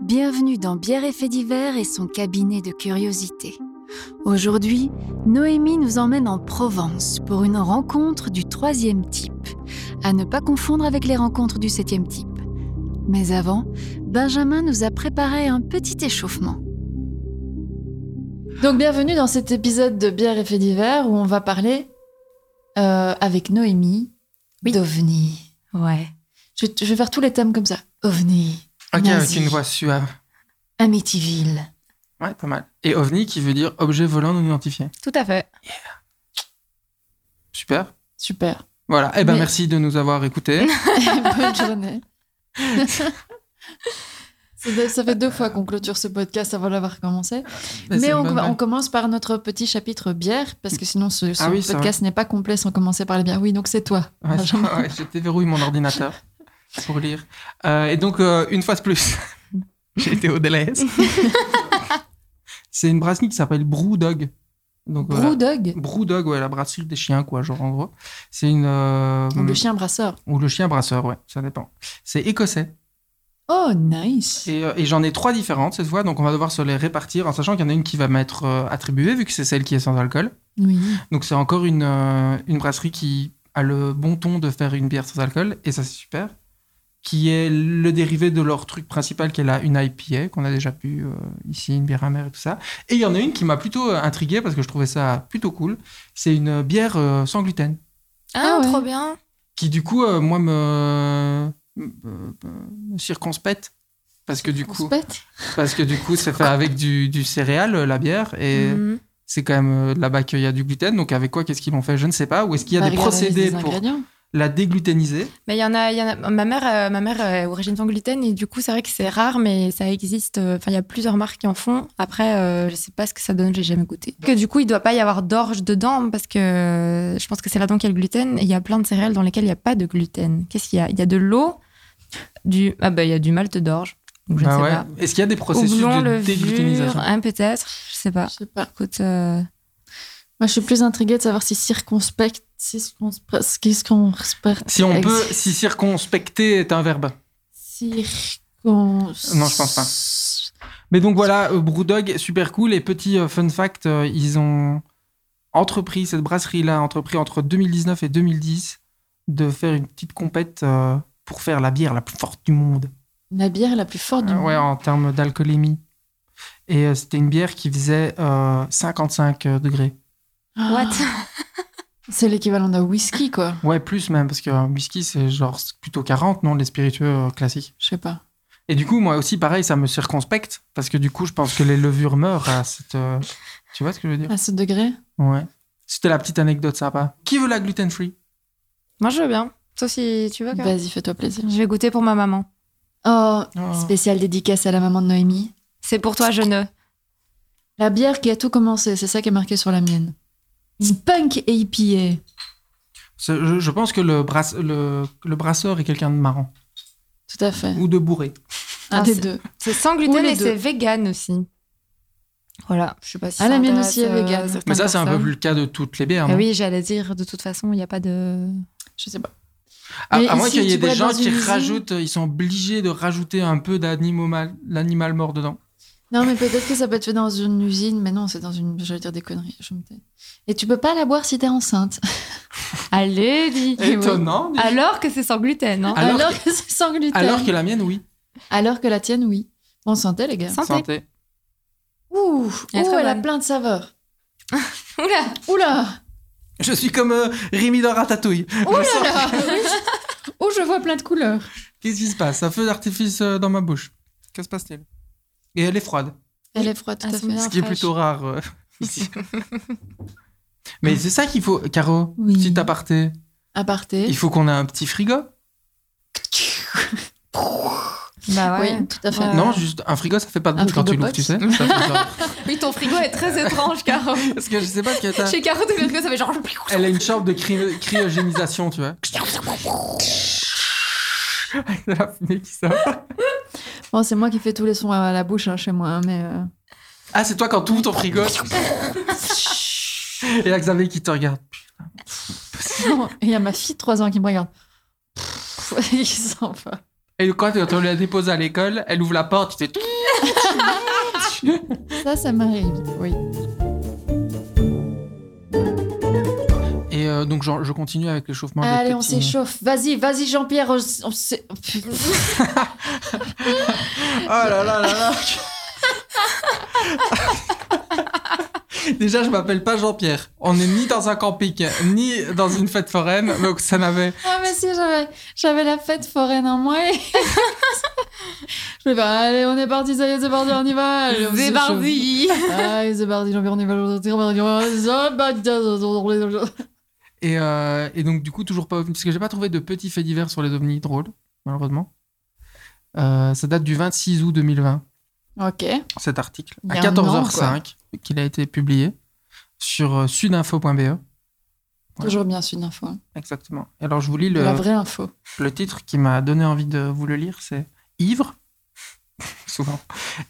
Bienvenue dans Bière et Faits divers et son cabinet de curiosité. Aujourd'hui, Noémie nous emmène en Provence pour une rencontre du troisième type, à ne pas confondre avec les rencontres du septième type. Mais avant, Benjamin nous a préparé un petit échauffement. Donc bienvenue dans cet épisode de Bière et Faits divers où on va parler euh, avec Noémie Oui. d'OVNI. Ouais. Je, je vais faire tous les thèmes comme ça. OVNI, Ok, Nazi. avec une voix suave. Amityville. Ouais, pas mal. Et OVNI qui veut dire objet volant non identifié. Tout à fait. Super. Super. Voilà. Eh ben, Mais- merci de nous avoir écoutés. Bonne journée. ça, fait- ça fait deux fois qu'on clôture ce podcast avant d'avoir commencé. Mais c'est on, une bonne on blague. commence par notre petit chapitre bière parce que sinon ce, ce Ah oui, c'est podcast n'est pas complet sans commencer par les bières. Oui, donc c'est toi. Ouais, c'est- Benjamin. ouais, je déverrouille mon ordinateur pour lire. Euh, et donc, euh, une fois de plus, j'ai été au DLS. c'est une brasserie qui s'appelle Brewdog. Donc, voilà. Brewdog, Brewdog, ouais, la brasserie des chiens, quoi, genre en gros. C'est une. euh, donc le chien brasseur. ou le chien brasseur, ouais, ça dépend. C'est écossais. Oh, nice. Et, euh, et j'en ai trois différentes cette fois, donc on va devoir se les répartir en sachant qu'il y en a une qui va m'être euh, attribuée vu que c'est celle qui est sans alcool. Oui. Donc c'est encore une, euh, une brasserie qui a le bon ton de faire une bière sans alcool, et ça c'est super. Qui est le dérivé de leur truc principal qui est la une IPA, qu'on a déjà pu euh, ici, une bière amère et tout ça. Et il y en a une qui m'a plutôt euh, intrigué parce que je trouvais ça plutôt cool. C'est une bière euh, sans gluten Ah, Ah ouais. trop bien. qui du coup, euh, moi, me, me- me circonspecte. Parce que du On coup. se pète. Parce que du coup, c'est fait avec du, du céréal, euh, la bière, et Mhm. c'est quand même euh, là-bas qu'il y a du gluten. Donc, avec quoi, qu'est-ce qu'ils l'ont fait Je ne sais pas. Ou est-ce qu'il y a Bah, des regarde la liste procédés des pour ingrédients. la dégluténiser Mais il y en a, il y en a- ma mère, euh, ma mère euh, est origine sans gluten et du coup c'est vrai que c'est rare, mais ça existe. euh, Enfin, il y a plusieurs marques qui en font. Après, euh, je sais pas ce que ça donne, j'ai jamais goûté. Que du coup, il doit pas y avoir d'orge dedans parce que euh, je pense que c'est là-dedans qu'il y a le gluten. Et il y a plein de céréales dans lesquelles il y a pas de gluten. Qu'est-ce qu'il y a Il y a de l'eau, du ah bah il y a du malt d'orge. Donc, je ne Bah sais ouais. pas. Est-ce qu'il y a des processus Houblon, de levure, dégluténisation hein, peut-être, je sais pas. Je sais pas. Écoute, euh, Moi, je suis plus intriguée de savoir si circonspect, circonspect, qu'est-ce qu'on respecte Si on Ex- peut, si circonspecter est un verbe. Circon. Non, je pense pas. Mais donc voilà, euh, Brewdog, super cool. Et petit euh, fun fact, euh, ils ont entrepris, cette brasserie-là, a entrepris entre 2019 et 2010 de faire une petite compète euh, pour faire la bière la plus forte du monde. La bière la plus forte du Euh, monde. ouais, en termes d'alcoolémie. Et euh, c'était une bière qui faisait euh, 55 degrés. Ah, what C'est l'équivalent d'un whisky, quoi. Ouais, plus même, parce qu'un whisky, c'est genre c'est plutôt 40, non, les spiritueux euh, classiques. Je sais pas. Et du coup, moi aussi, pareil, ça me circonspecte, parce que du coup, je pense que les levures meurent à cette. euh, Tu vois ce que je veux dire À ce degré Ouais. C'était la petite anecdote sympa. Qui veut la gluten-free Moi, je veux bien. Toi, si tu veux. Clara. Vas-y, fais-toi plaisir. Bah, Je vais goûter pour ma maman. Oh, Oh. spéciale dédicace à la maman de Noémie. C'est pour toi, je ne. La bière qui a tout commencé, c'est ça qui est marqué sur la mienne. Une punk IPA. C'est- Je, je pense que le, brasse- le, le brasseur est quelqu'un de marrant, Tout à fait. ou de bourré. Un Ah, des c'est- deux. C'est sans Ou gluten les et deux. c'est vegan aussi. Voilà, je sais pas si Ah, ça la mienne intéresse, aussi est euh, vegan. certaines Mais ça, c'est un peu personnes. plus hein. le cas de toutes les bières. Ah non oui, j'allais dire, de toute façon, il n'y a pas de. Je sais pas. À, Mais à moins ici, qu'il y tu ait pourrais des être gens dans qui une usine. rajoutent, euh, ils sont obligés de rajouter un peu d'animal l'animal mort dedans. Non, mais peut-être que ça peut être fait dans une usine, mais non, c'est dans une. J'allais dire des conneries, je me tais. Et tu peux pas la boire si t'es enceinte. Allez, dis Eh Étonnant. dis- Alors que c'est sans gluten, hein Alors Alors, que c'est sans gluten. Alors que la mienne, oui. Alors que la tienne, oui. Bon santé, les gars. Santé. Santé. Ouh, Elle est ouh, très elle a bonne. plein de saveurs. Oula Oula, Je suis comme euh, Rémi dans Ratatouille. oula. Oh, je vois plein de couleurs. Qu'est-ce qui se passe Un feu d'artifice euh, dans ma bouche. Que se passe-t-il Et elle est froide, Elle est froide, tout Ah, à fait. c'est bien. ce qui est fraîche. plutôt rare euh, ici. Mais c'est ça qu'il faut, Caro. Oui. Petit aparté. Aparté. Il faut qu'on ait un petit frigo. Euh. Bah ouais. Oui, tout à fait. Ouais. Non, juste un frigo, ça fait pas de Un bruit quand tu frigo l'ouvres, box. tu sais. Ça fait genre- Oui, ton frigo est très étrange, Caro. Parce que je sais pas ce que t'as. Chez Caro, tout le frigo, ça fait genre. Elle a une chambre de cry- cryogénisation, tu vois. Avec de la fumée qui sort. Bon, c'est moi qui fais tous les sons à la bouche hein, chez moi, hein, mais. euh, Ah, c'est toi quand tu ouvres ton frigo. Et là, Xavier qui te regarde. Non, et il y a ma fille de 3 ans qui me regarde. Pff, Il s'en va. Et quand on la dépose à l'école, elle ouvre la porte, tu fais. Ça, ça m'arrive, oui. Et euh, donc, genre, je continue avec l'échauffement. avec Allez, le on petit- s'échauffe. Vas-y, vas-y, Jean-Pierre. On s- on s'é- Oh là là là là Déjà, je m'appelle pas Jean-Pierre. On n'est ni dans un camping, ni dans une fête foraine. Donc, ça n'avait. Ah, mais si, j'avais, j'avais la fête foraine en moi. et- je vais faire, allez, on est parti, ça y est, c'est parti, on y va. Allez, on s'échauffe. Allez, c'est parti, Jean-Pierre, on y va. on y va, on y va, on y va. Et, euh, et donc, du coup, toujours pas ovni. Parce que j'ai pas trouvé de petits faits divers sur les ovnis drôles, malheureusement. Euh, ça date du 26 août 2020, Ok. cet article, Il y à a un an, 14h05, qu'il a été publié sur euh, sudinfo.be. Ouais. Toujours bien sûr une info. hein. Exactement. Et alors, je vous lis De le. La vraie info. Le titre qui m'a donné envie de vous le lire, c'est Ivre, souvent,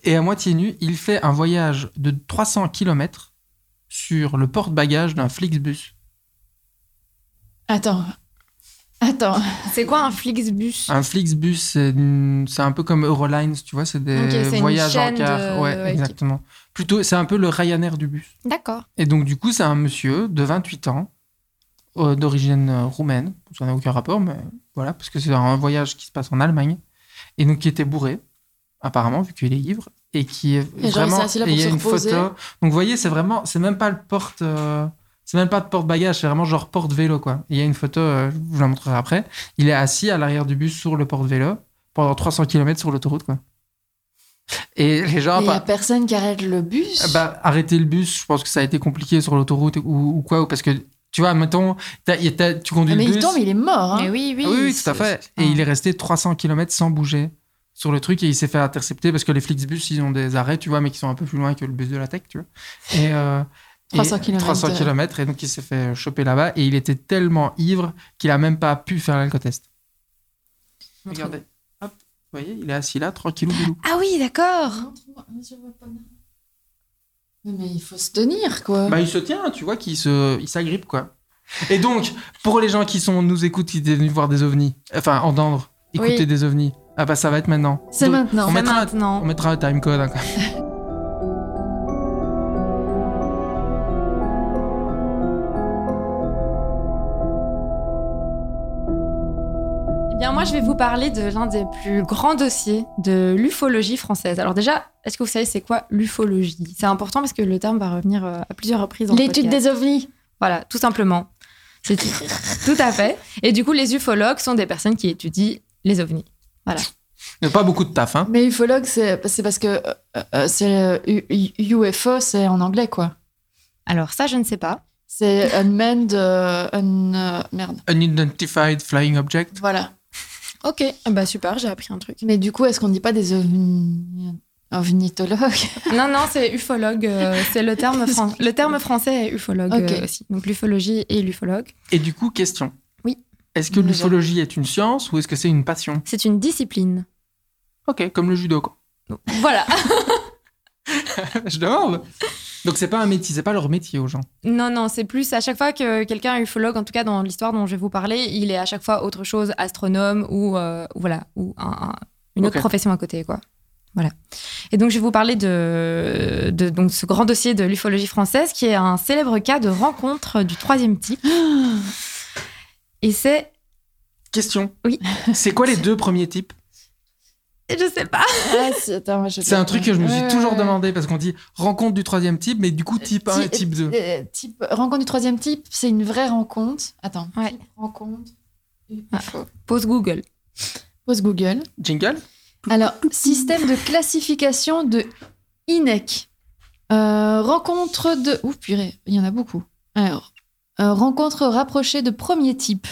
et à moitié nu, il fait un voyage de 300 km sur le porte-bagages d'un Flixbus. Attends. Attends. Ah, C'est quoi un Flixbus Un Flixbus, c'est une- c'est un peu comme Eurolines, tu vois, c'est des Ok, c'est une voyages en chaîne car. de- Ouais, ouais, ok. exactement. Plutôt, c'est un peu le Ryanair du bus. D'accord. Et donc, du coup, c'est un monsieur de 28 ans, euh, d'origine euh, roumaine. Ça n'a aucun rapport, mais voilà, parce que c'est un voyage qui se passe en Allemagne. Et donc, qui était bourré, apparemment, vu qu'il est ivre. Et qui est Et genre, il vraiment. s'est assis là et pour il y a se une reposer. photo. Donc, vous voyez, c'est vraiment. C'est même pas le porte. euh, c'est même pas de porte-bagages, c'est vraiment genre porte-vélo, quoi. Il y a une photo, euh, je vous la montrerai après. Il est assis à l'arrière du bus sur le porte-vélo pendant 300 km sur l'autoroute, quoi. Et les gens. Il n'y a appa- personne qui arrête le bus. bah, arrêter le bus, je pense que ça a été compliqué sur l'autoroute ou, ou quoi, ou parce que tu vois, mettons, t'as- y a- t'as- tu conduis Ah, mais le bus. il tombe, il est mort. hein. Mais oui, oui. Ah oui, oui, tout à fait. Et il est resté 300 km sans bouger sur le truc et il s'est fait intercepter parce que les Flixbus, ils ont des arrêts, tu vois, mais qui sont un peu plus loin que le bus de la tech, tu vois. Et. euh, et 300 kilomètres. 300 km et donc il s'est fait choper là-bas et il était tellement ivre qu'il a même pas pu faire l'alcotest. Regardez, hop, vous voyez, il est assis là, tranquillou, boulou. Ah oui, d'accord. Mais il faut se tenir, quoi. Bah, il se tient, tu vois, qu'il se, il s'agrippe, quoi. Et donc, pour les gens qui sont, nous écoutent, qui étaient venus voir des ovnis, enfin, entendre, écouter Oui. des ovnis, ah bah, ça va être maintenant. C'est Donc, maintenant. On C'est mettra, maintenant. on mettra un timecode. hein, quand même. Eh bien, moi, je vais vous parler de l'un des plus grands dossiers de l'ufologie française. Alors déjà, est-ce que vous savez c'est quoi l'ufologie C'est important parce que le terme va revenir euh, à plusieurs reprises. dans le L'étude podcast. des ovnis. Voilà, tout simplement. C'est tout. Tout à fait. Et du coup, les ufologues sont des personnes qui étudient les ovnis. Il n'y a pas beaucoup de taf, hein. Mais ufologue, c'est c'est parce que euh, euh, c'est euh, U- U- UFO, c'est en anglais, quoi. Alors ça, je ne sais pas. C'est unmanned, euh, un, euh, merde. Unidentified Flying Object. Voilà. Ok, bah super, j'ai appris un truc. Mais du coup, est-ce qu'on dit pas des ovni... ovnitologues Non, non, c'est ufologue. euh, c'est le terme, fran- le terme français est ufologue Ok. euh, aussi. Donc l'ufologie et l'ufologue. Et du coup, question. Oui. Est-ce que Déjà. l'ufologie est une science ou est-ce que c'est une passion C'est une discipline. Ok, comme le judo, quoi. Voilà. Je demande. Donc, c'est pas un métier, c'est pas leur métier aux gens. Non, non, c'est plus à chaque fois que quelqu'un est ufologue, en tout cas dans l'histoire dont je vais vous parler, il est à chaque fois autre chose, astronome ou euh, voilà, ou un- un- une autre Ok. profession à côté, quoi. Voilà. Et donc je vais vous parler de, de donc ce grand dossier de l'ufologie française, qui est un célèbre cas de rencontre du troisième type. Et c'est, Question. Oui. C'est quoi les deux premiers types je sais pas. Ah, si, attends, moi, je- C'est un truc que je me suis Ouais, toujours ouais, demandé parce qu'on dit rencontre du troisième type, mais du coup, type 1 et Ti- type 2. euh, type- rencontre du troisième type, c'est une vraie rencontre. Attends, Ouais. type rencontre. Ah. UFO. Pause Google. Pose Google. Jingle Alors, système de classification de INEC. Euh, rencontre de. Ouh, purée, il y en a beaucoup. Alors, euh, rencontre rapprochée de premier type.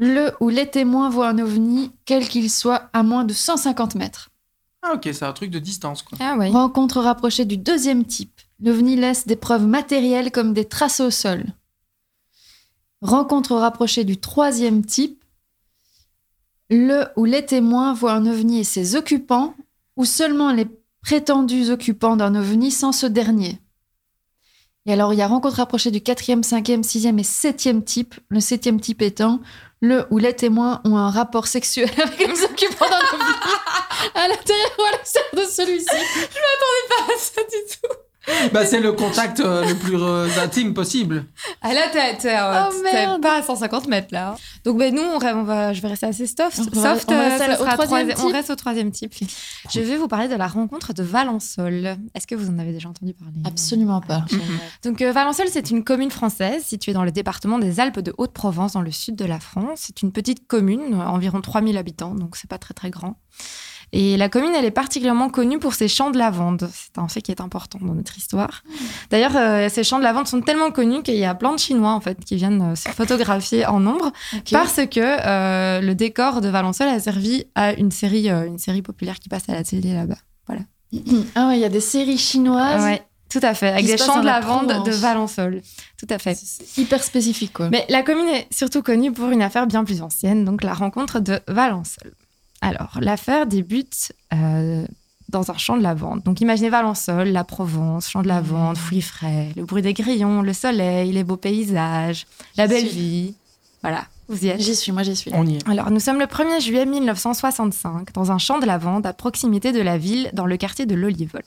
Le ou les témoins voient un ovni, quel qu'il soit, à moins de 150 mètres. Ah ok, c'est un truc de distance quoi. Ah ouais. Rencontre rapprochée du deuxième type. L'ovni laisse des preuves matérielles comme des traces au sol. Rencontre rapprochée du troisième type. Le ou les témoins voient un ovni et ses occupants, ou seulement les prétendus occupants d'un ovni sans ce dernier. Et alors, il y a rencontre rapprochée du quatrième, cinquième, sixième et septième type. Le septième type étant le ou les témoins ont un rapport sexuel avec les occupants d'un ovni à l'intérieur ou à l'extérieur de celui-ci. ça du tout. Bah, c'est le contact euh, le plus euh, intime possible. Ah là, t'es t'es, euh, Oh, t'es merde. pas à 150 mètres là. Donc ben, nous, on, rêve- on va, je vais rester assez soft. On va- soft on va euh, rester ça au sera troisième troisi- type. on reste au troisième type. Je vais vous parler de la rencontre de Valençol. Est-ce que vous en avez déjà entendu parler Absolument pas. Donc euh, Valençol, c'est une commune française située dans le département des Alpes de Haute-Provence, dans le sud de la France. C'est une petite commune, euh, environ 3000 habitants, donc c'est pas très très grand. Et la commune, elle est particulièrement connue pour ses champs de lavande. C'est un fait qui est important dans notre histoire. D'ailleurs, euh, ces champs de lavande sont tellement connus qu'il y a plein de Chinois en fait qui viennent euh, se photographier en nombre parce que euh, le décor de Valençol a servi à une série, euh, une série populaire qui passe à la télé là-bas. Ah ouais, il y a des séries chinoises. Ouais, tout à fait, avec Ah, Qui se des passe champs dans de la lavande de Provence. Valençol. Tout à fait. C'est hyper spécifique, quoi. Mais la commune est surtout connue pour une affaire bien plus ancienne, donc la rencontre de Valençol. Alors, l'affaire débute euh, dans un champ de lavande. Donc, imaginez Valençol, la Provence, champ de Mmh. lavande, fruits frais, le bruit des grillons, le soleil, les beaux paysages, la J'y belle suis. vie. Voilà, vous y êtes. J'y suis, moi j'y suis. On y est. Alors, nous sommes le 1er juillet 1965 dans un champ de lavande à proximité de la ville, dans le quartier de l'Olivol.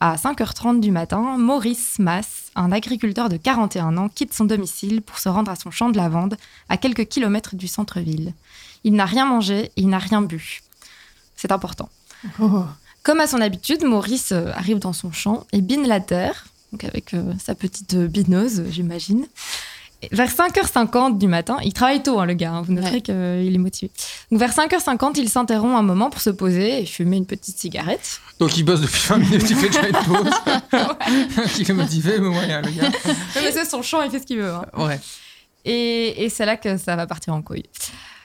À 5h30 du matin, Maurice Mass, un agriculteur de 41 ans, quitte son domicile pour se rendre à son champ de lavande à quelques kilomètres du centre-ville. Il n'a rien mangé, et il n'a rien bu. C'est important. Oh. Comme à son habitude, Maurice euh, arrive dans son champ et bine la terre, donc avec euh, sa petite euh, bineuse, euh, j'imagine. Et Vers 5h50 du matin, il travaille tôt, hein, le gars, hein, vous noterez Ouais. qu'il est motivé. Donc vers 5h50, il s'interrompt un moment pour se poser et fumer une petite cigarette. Donc il bosse depuis 20 minutes, il fait déjà une pause. il est motivé, mais ouais, le gars. mais c'est son champ, il fait ce qu'il veut. hein. Ouais. Et, et c'est là que ça va partir en couille.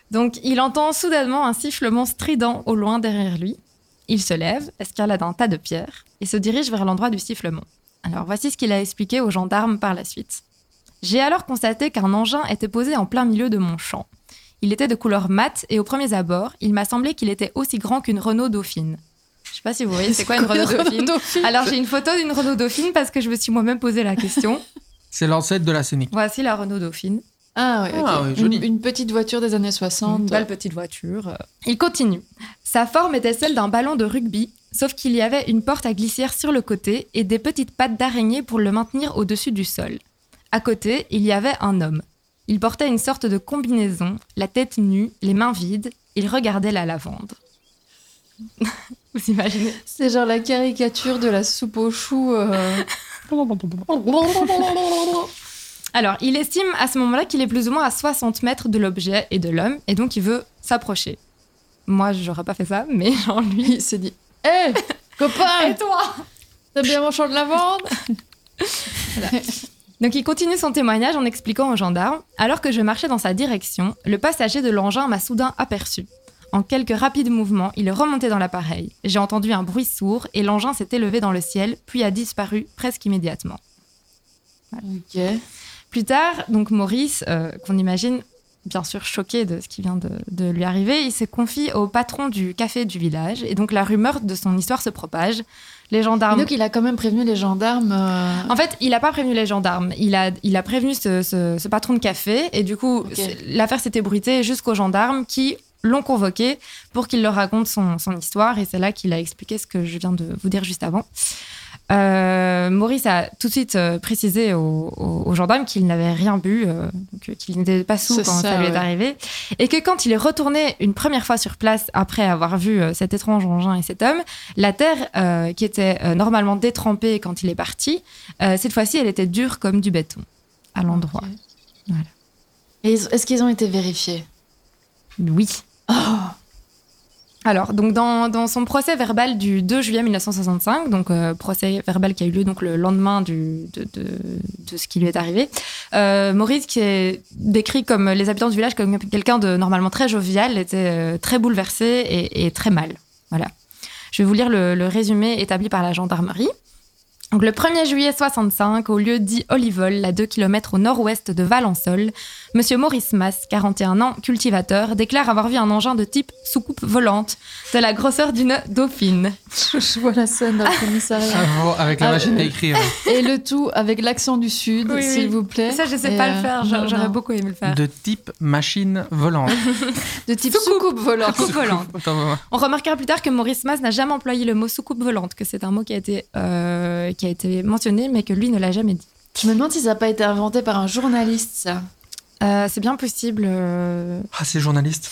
Donc, il entend soudainement un sifflement strident au loin derrière lui. Il se lève, escalade un tas de pierres et se dirige vers l'endroit du sifflement. Alors, voici ce qu'il a expliqué aux gendarmes par la suite. J'ai alors constaté qu'un engin était posé en plein milieu de mon champ. Il était de couleur mate et aux premiers abords, il m'a semblé qu'il était aussi grand qu'une Renault Dauphine. Je sais pas si vous voyez, c'est quoi une Renault Dauphine Alors, j'ai une photo d'une Renault Dauphine parce que je me suis moi-même posé la question. C'est l'ancêtre de la scénique. Voici la Renault Dauphine. Ah ouais, Ah, ok. ouais, joli. Une, une petite voiture des années 60. Une belle petite voiture. Il continue. Sa forme était celle d'un ballon de rugby, sauf qu'il y avait une porte à glissière sur le côté et des petites pattes d'araignée pour le maintenir au-dessus du sol. À côté, il y avait un homme. Il portait une sorte de combinaison, la tête nue, les mains vides. Il regardait la lavande. Vous imaginez C'est genre la caricature de la soupe aux choux. euh. Alors, il estime à ce moment-là qu'il est plus ou moins à 60 mètres de l'objet et de l'homme, et donc il veut s'approcher. Moi, j'aurais pas fait ça, mais genre lui, Il s'est dit Hé, Eh, copain, toi t'as bien mon champ de lavande Donc il continue son témoignage en expliquant aux gendarmes Alors que je marchais dans sa direction, le passager de l'engin m'a soudain aperçu. En quelques rapides mouvements, il est remonté dans l'appareil. J'ai entendu un bruit sourd et l'engin s'est élevé dans le ciel, puis a disparu presque immédiatement. Ok. Plus tard, donc Maurice, euh, qu'on imagine bien sûr choqué de ce qui vient de, de lui arriver, il se confie au patron du café du village et donc la rumeur de son histoire se propage. Les gendarmes. donc il a quand même prévenu les gendarmes. euh, En fait, il n'a pas prévenu les gendarmes. Il a, il a prévenu ce, ce- ce patron de café. Et du coup, c'est- l'affaire s'est ébruitée jusqu'aux gendarmes qui l'ont convoqué pour qu'il leur raconte son, son histoire. Et c'est là qu'il a expliqué ce que je viens de vous dire juste avant. Euh, Maurice a tout de suite euh, précisé aux, aux- aux gendarmes qu'il n'avait rien bu, euh, donc, euh, qu'il n'était pas sous C'est quand ça, ça, lui est ouais. arrivé, et que quand il est retourné une première fois sur place après avoir vu euh, cet étrange engin et cet homme, la terre euh, qui était euh, normalement détrempée quand il est parti, euh, cette fois-ci, elle était dure comme du béton à l'endroit. ok. Voilà. Et ils- est-ce qu'ils ont été vérifiés Oui. Oh. Alors, donc dans, dans son procès verbal du 2 juillet 1965, donc euh, procès verbal qui a eu lieu donc le lendemain du, de, de- de ce qui lui est arrivé, euh, Maurice, qui est décrit comme les habitants du village comme quelqu'un de normalement très jovial, était euh, très bouleversé et, et très mal. Voilà. Je vais vous lire le, le résumé établi par la gendarmerie. Donc, le 1er juillet 65, au lieu dit Olivol, à 2 km au nord-ouest de Valençol, Monsieur Maurice Mass, 41 ans, cultivateur, déclare avoir vu un engin de type soucoupe volante, de la grosseur d'une dauphine. Je vois la scène dans le commissariat. Avant, avec la Ah, machine à euh, écrire. Et le tout avec l'accent du Sud, Oui, s'il oui. vous plaît. Ça, je sais Et, pas le euh, faire, non, j'a- j'aurais non. beaucoup aimé le faire. De type machine volante. De type Soucoupe. soucoupe volante. Soucoupe volante. Attends, ouais. On remarquera plus tard que Maurice Mas n'a jamais employé le mot soucoupe volante, que c'est un mot qui a été, euh, qui a été mentionné, mais que lui ne l'a jamais dit. Je me demande si ça n'a pas été inventé par un journaliste, ça. Euh, c'est bien possible. euh. Ah, c'est journaliste.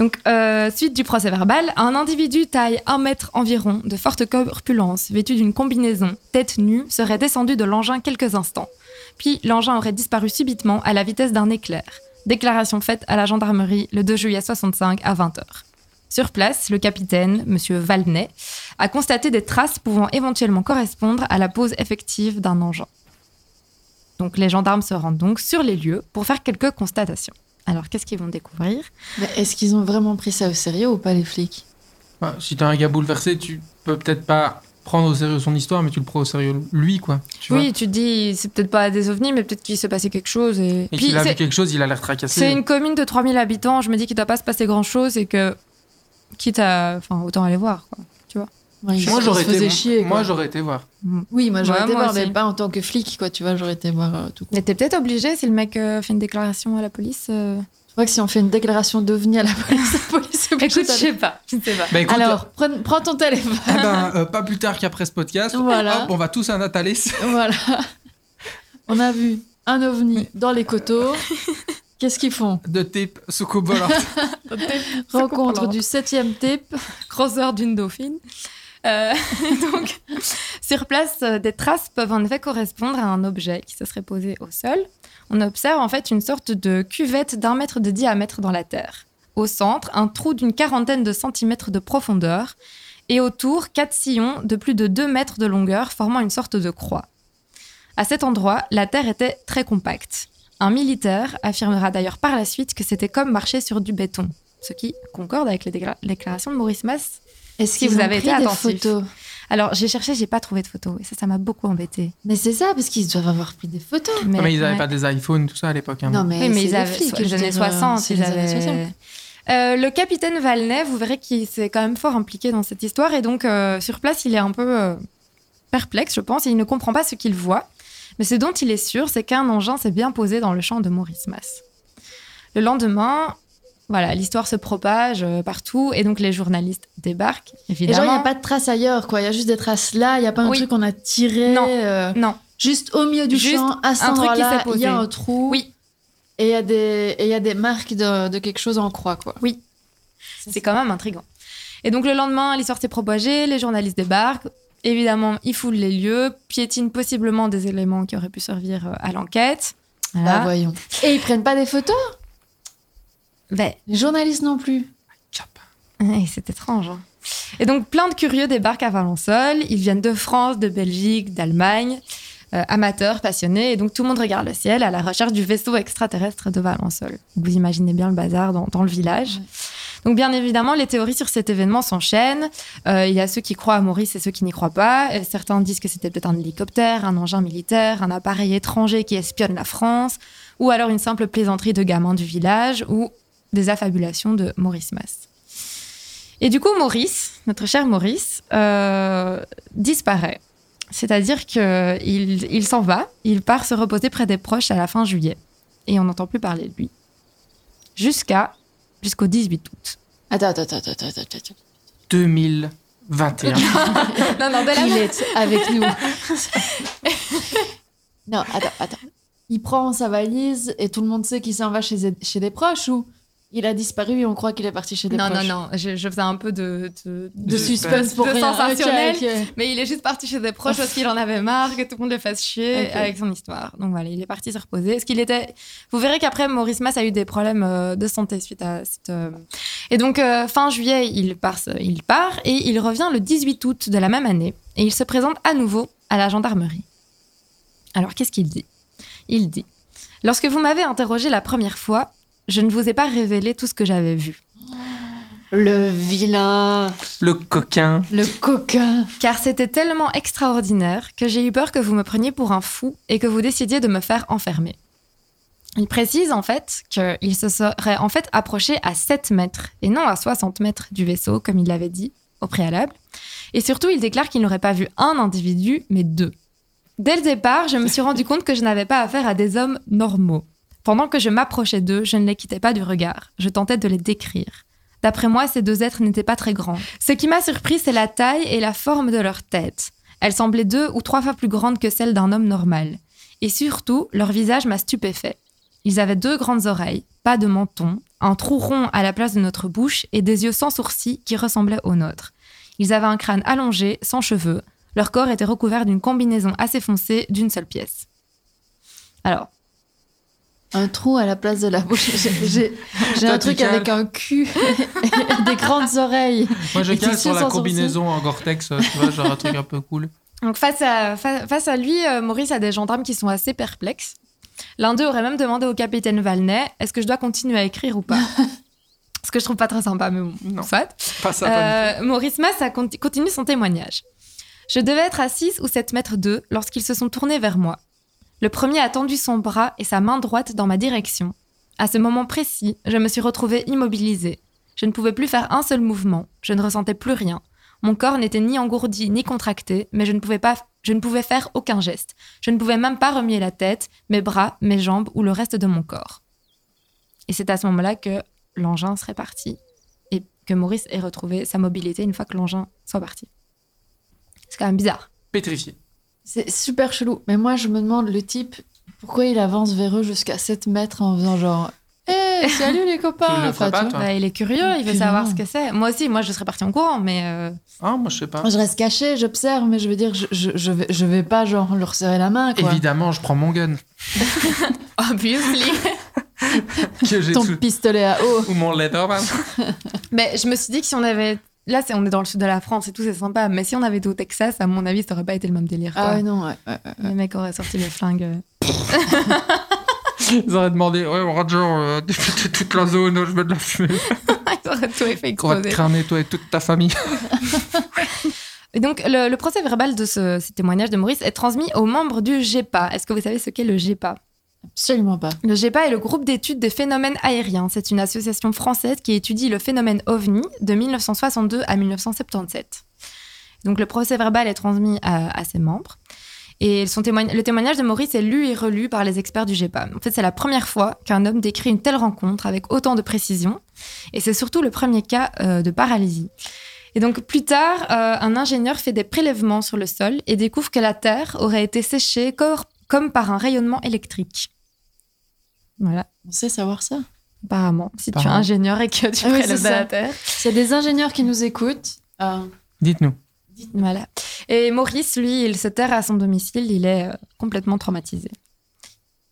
Donc, euh, suite du procès verbal, un individu taille 1 mètre environ, de forte corpulence, vêtu d'une combinaison, tête nue, serait descendu de l'engin quelques instants. Puis, l'engin aurait disparu subitement à la vitesse d'un éclair. Déclaration faite à la gendarmerie le 2 juillet 65 à 20h. Sur place, le capitaine, M. Valnet, a constaté des traces pouvant éventuellement correspondre à la pose effective d'un engin. Donc les gendarmes se rendent donc sur les lieux pour faire quelques constatations. Alors qu'est-ce qu'ils vont découvrir Mais est-ce qu'ils ont vraiment pris ça au sérieux ou pas, les flics Ouais, si t'es un gars bouleversé, tu peux peut-être pas prendre au sérieux son histoire, mais tu le prends au sérieux lui, quoi. Tu vois Oui, tu te dis, c'est peut-être pas des ovnis, mais peut-être qu'il se passait quelque chose. Et, Et puis, qu'il a vu c'est- quelque chose, il a l'air tracassé. c'est une commune de 3000 habitants, je me dis qu'il doit pas se passer grand-chose et que, quitte à. Enfin, autant aller voir. Quoi. Ouais, ils Moi, se- j'aurais ils se faisaient été, chier, moi, quoi. j'aurais été voir. Oui, moi, j'aurais Ouais, été moi voir, aussi. mais pas en tant que flic, quoi, tu vois, j'aurais été voir euh, tout court. Mais t'es peut-être obligé si le mec euh, fait une déclaration à la police. euh. Je crois que si on fait une déclaration d'OVNI à la police, la police est obligée Écoute, je d'aller- sais pas. Je sais pas. Bah, écoute, Alors, prenne- prends ton téléphone. eh ben, euh, pas plus tard qu'après ce podcast, Voilà. hop, on va tous à Natalis. Voilà. On a vu un ovni dans les coteaux. Qu'est-ce qu'ils font de type soucoupe volante. Rencontre du septième type. grosseur d'une dauphine. Euh, donc, sur place, euh, des traces peuvent en effet correspondre à un objet qui se serait posé au sol. On observe en fait une sorte de cuvette d'un mètre de diamètre dans la terre. Au centre, un trou d'une quarantaine de centimètres de profondeur et autour, quatre sillons de plus de 2 mètres de longueur formant une sorte de croix. À cet endroit, la terre était très compacte. Un militaire affirmera d'ailleurs par la suite que c'était comme marcher sur du béton, ce qui concorde avec les décla- déclarations de Maurice Mass Est-ce qu'ils ont pris des photos photos alors, j'ai cherché, j'ai pas trouvé de photos. Et ça, ça m'a beaucoup embêtée. Mais c'est ça, parce qu'ils doivent avoir pris des photos. Ah, Mais, ils avaient ouais. pas des iPhones, tout ça à l'époque. hein. Non, mais, Oui, mais c'est ils des avaient flics, so- je les veux années dire, euh, 60. c'est ils les années avaient- 60. Euh, le capitaine Valnet, vous verrez qu'il s'est quand même fort impliqué dans cette histoire. Et donc, euh, sur place, il est un peu euh, perplexe, je pense. Et il ne comprend pas ce qu'il voit. Mais ce dont il est sûr, c'est qu'un engin s'est bien posé dans le champ de Maurice Mass. Le lendemain, voilà, l'histoire se propage euh, partout. Et donc, les journalistes débarquent, Et évidemment. genre, il n'y a pas de traces ailleurs, quoi. Il y a juste des traces là, il n'y a pas un Oui. truc qu'on a tiré. Non. euh, Non, juste au milieu du Juste champ, à cet un truc qui endroit-là, s'est posé. il y a un trou. Oui. Et il y, a des- et il y a des marques de, de quelque chose en croix, quoi. C'est quand même intriguant. Et donc le lendemain, l'histoire s'est propagée, les journalistes débarquent. Évidemment, ils foulent les lieux, piétinent possiblement des éléments qui auraient pu servir euh, à l'enquête. Voilà. Bah, voyons. Et ils prennent pas des photos Ben, Les journalistes non plus. Cap. ouais, c'est étrange. hein. Et donc plein de curieux débarquent à Valençol. Ils viennent de France, de Belgique, d'Allemagne, euh, amateurs, passionnés. Et donc tout le monde regarde le ciel à la recherche du vaisseau extraterrestre de Valençol. Donc, Vous imaginez bien le bazar dans, dans le village. Donc bien évidemment, les théories sur cet événement s'enchaînent. Euh, il y a ceux qui croient à Maurice et ceux qui n'y croient pas. Euh, certains disent que c'était peut-être un hélicoptère, un engin militaire, un appareil étranger qui espionne la France, ou alors une simple plaisanterie de gamin du village, ou des affabulations de Maurice Mass. Et du coup, Maurice, notre cher Maurice, euh, disparaît. C'est-à-dire qu'il il, s'en va, il part se reposer près des proches à la fin juillet. Et on n'entend plus parler de lui. Jusqu'à, jusqu'au 18 août. Attends, attends, attends, attends, attends, attends. 2021. non, non, de la Il est avec nous. non, attends, attends. Il prend sa valise et tout le monde sait qu'il s'en va chez, chez des proches ou il a disparu et on croit qu'il est parti chez des Non, proches non, non, je, je faisais un peu de, de- De suspense pour de rien. sensationnel. Ok, ok. Mais il est juste parti chez des proches parce qu'il en avait marre que tout le monde le fasse chier Ok. avec son histoire. Donc voilà, il est parti se reposer. Ce qu'il était, vous verrez qu'après Maurice Mass a eu des problèmes euh, de santé suite à cette. euh, Et donc euh, fin juillet, il part, se- il part et il revient le 18 août de la même année et il se présente à nouveau à la gendarmerie. Alors qu'est-ce qu'il dit Il dit lorsque vous m'avez interrogé la première fois, je ne vous ai pas révélé tout ce que j'avais vu. Le vilain, Le coquin. le coquin. Car c'était tellement extraordinaire que j'ai eu peur que vous me preniez pour un fou et que vous décidiez de me faire enfermer. Il précise en fait qu'il se serait en fait approché à 7 mètres et non à 60 mètres du vaisseau, comme il l'avait dit au préalable. Et surtout, il déclare qu'il n'aurait pas vu un individu, mais deux. Dès le départ, je me suis rendu compte que je n'avais pas affaire à des hommes normaux. Pendant que je m'approchais d'eux, je ne les quittais pas du regard. Je tentais de les décrire. D'après moi, ces deux êtres n'étaient pas très grands. Ce qui m'a surpris, c'est la taille et la forme de leur tête. Elles semblaient deux ou trois fois plus grandes que celles d'un homme normal. Et surtout, leur visage m'a stupéfait. Ils avaient deux grandes oreilles, pas de menton, un trou rond à la place de notre bouche et des yeux sans sourcils qui ressemblaient aux nôtres. Ils avaient un crâne allongé, sans cheveux. Leur corps était recouvert d'une combinaison assez foncée d'une seule pièce. Alors, Un trou à la place de la bouche. J'ai- J'ai j'ai Toi, un tu truc cales. avec un cul et des grandes oreilles. Moi, je Et cale tissu sur la sans combinaison en Gore-Tex, euh, tu vois, genre un truc un peu cool. Donc face à, fa- face à lui, euh, Maurice a des gendarmes qui sont assez perplexes. L'un d'eux aurait même demandé au capitaine Valnet est-ce que je dois continuer à écrire ou pas Ce que je trouve pas très sympa, mais bon, Non. soit. Pas ça, pas Euh, Maurice Mass a conti- continue son témoignage. Je devais être à 6 ou 7 mètres d'eux lorsqu'ils se sont tournés vers moi. Le premier a tendu son bras et sa main droite dans ma direction. À ce moment précis, je me suis retrouvée immobilisée. Je ne pouvais plus faire un seul mouvement, je ne ressentais plus rien. Mon corps n'était ni engourdi ni contracté, mais je ne pouvais pas je ne pouvais faire aucun geste. Je ne pouvais même pas remuer la tête, mes bras, mes jambes ou le reste de mon corps. Et c'est à ce moment-là que l'engin serait parti et que Maurice ait retrouvé sa mobilité une fois que l'engin soit parti. C'est quand même bizarre. Pétrifié. C'est super chelou. Mais moi, je me demande le type, pourquoi il avance vers eux jusqu'à 7 mètres en faisant genre Hé, salut les Tu copains le Enfin, feras pas, tu vois. Ouais. Bah, il est curieux, il veut Puis savoir non. ce que c'est. Moi aussi, moi je serais partie en courant, mais euh, Ah, moi, je sais pas. Moi, Je reste cachée, j'observe, mais je veux dire, je, je, je vais, je vais pas genre leur serrer la main, quoi. Évidemment, je prends mon gun. obviously. Que j'ai Ton tout- pistolet à eau. Ou mon Leatherman. mais je me suis dit que si on avait là, c'est on est dans le sud de la France et tout, c'est sympa. Mais si on avait été au Texas, à mon avis, ça aurait pas été le même délire. Ah quoi. ouais, non, ouais, ouais, ouais. Le mec aurait sorti le flingue. euh. Ils auraient demandé, ouais, Roger, euh, député toute la zone, je veux de la fumée. Il aurait tout fait On va te exploser. cramer, toi et toute ta famille. Et donc, le, le procès verbal de ce, ce témoignage de Maurice est transmis aux membres du GEPA. Est-ce que vous savez ce qu'est le E GEPA absolument pas. Le GEPA est le groupe d'études des phénomènes aériens. C'est une association française qui étudie le phénomène OVNI de 1962 à 1977. Donc le procès verbal est transmis à, à ses membres. Et son témoign- le témoignage de Maurice est lu et relu par les experts du GEPA. En fait, c'est la première fois qu'un homme décrit une telle rencontre avec autant de précision. Et c'est surtout le premier cas euh, de paralysie. Et donc plus tard, euh, un ingénieur fait des prélèvements sur le sol et découvre que la Terre aurait été séchée cor- comme par un rayonnement électrique. Voilà. On sait savoir ça. Apparemment, si tu es Apparemment. ingénieur et que tu Ah oui, prélèves c'est de la ça. terre. S'il y a des ingénieurs qui nous écoutent, euh, Dites-nous. Voilà. Et Maurice, lui, il se terre à son domicile, il est euh, complètement traumatisé.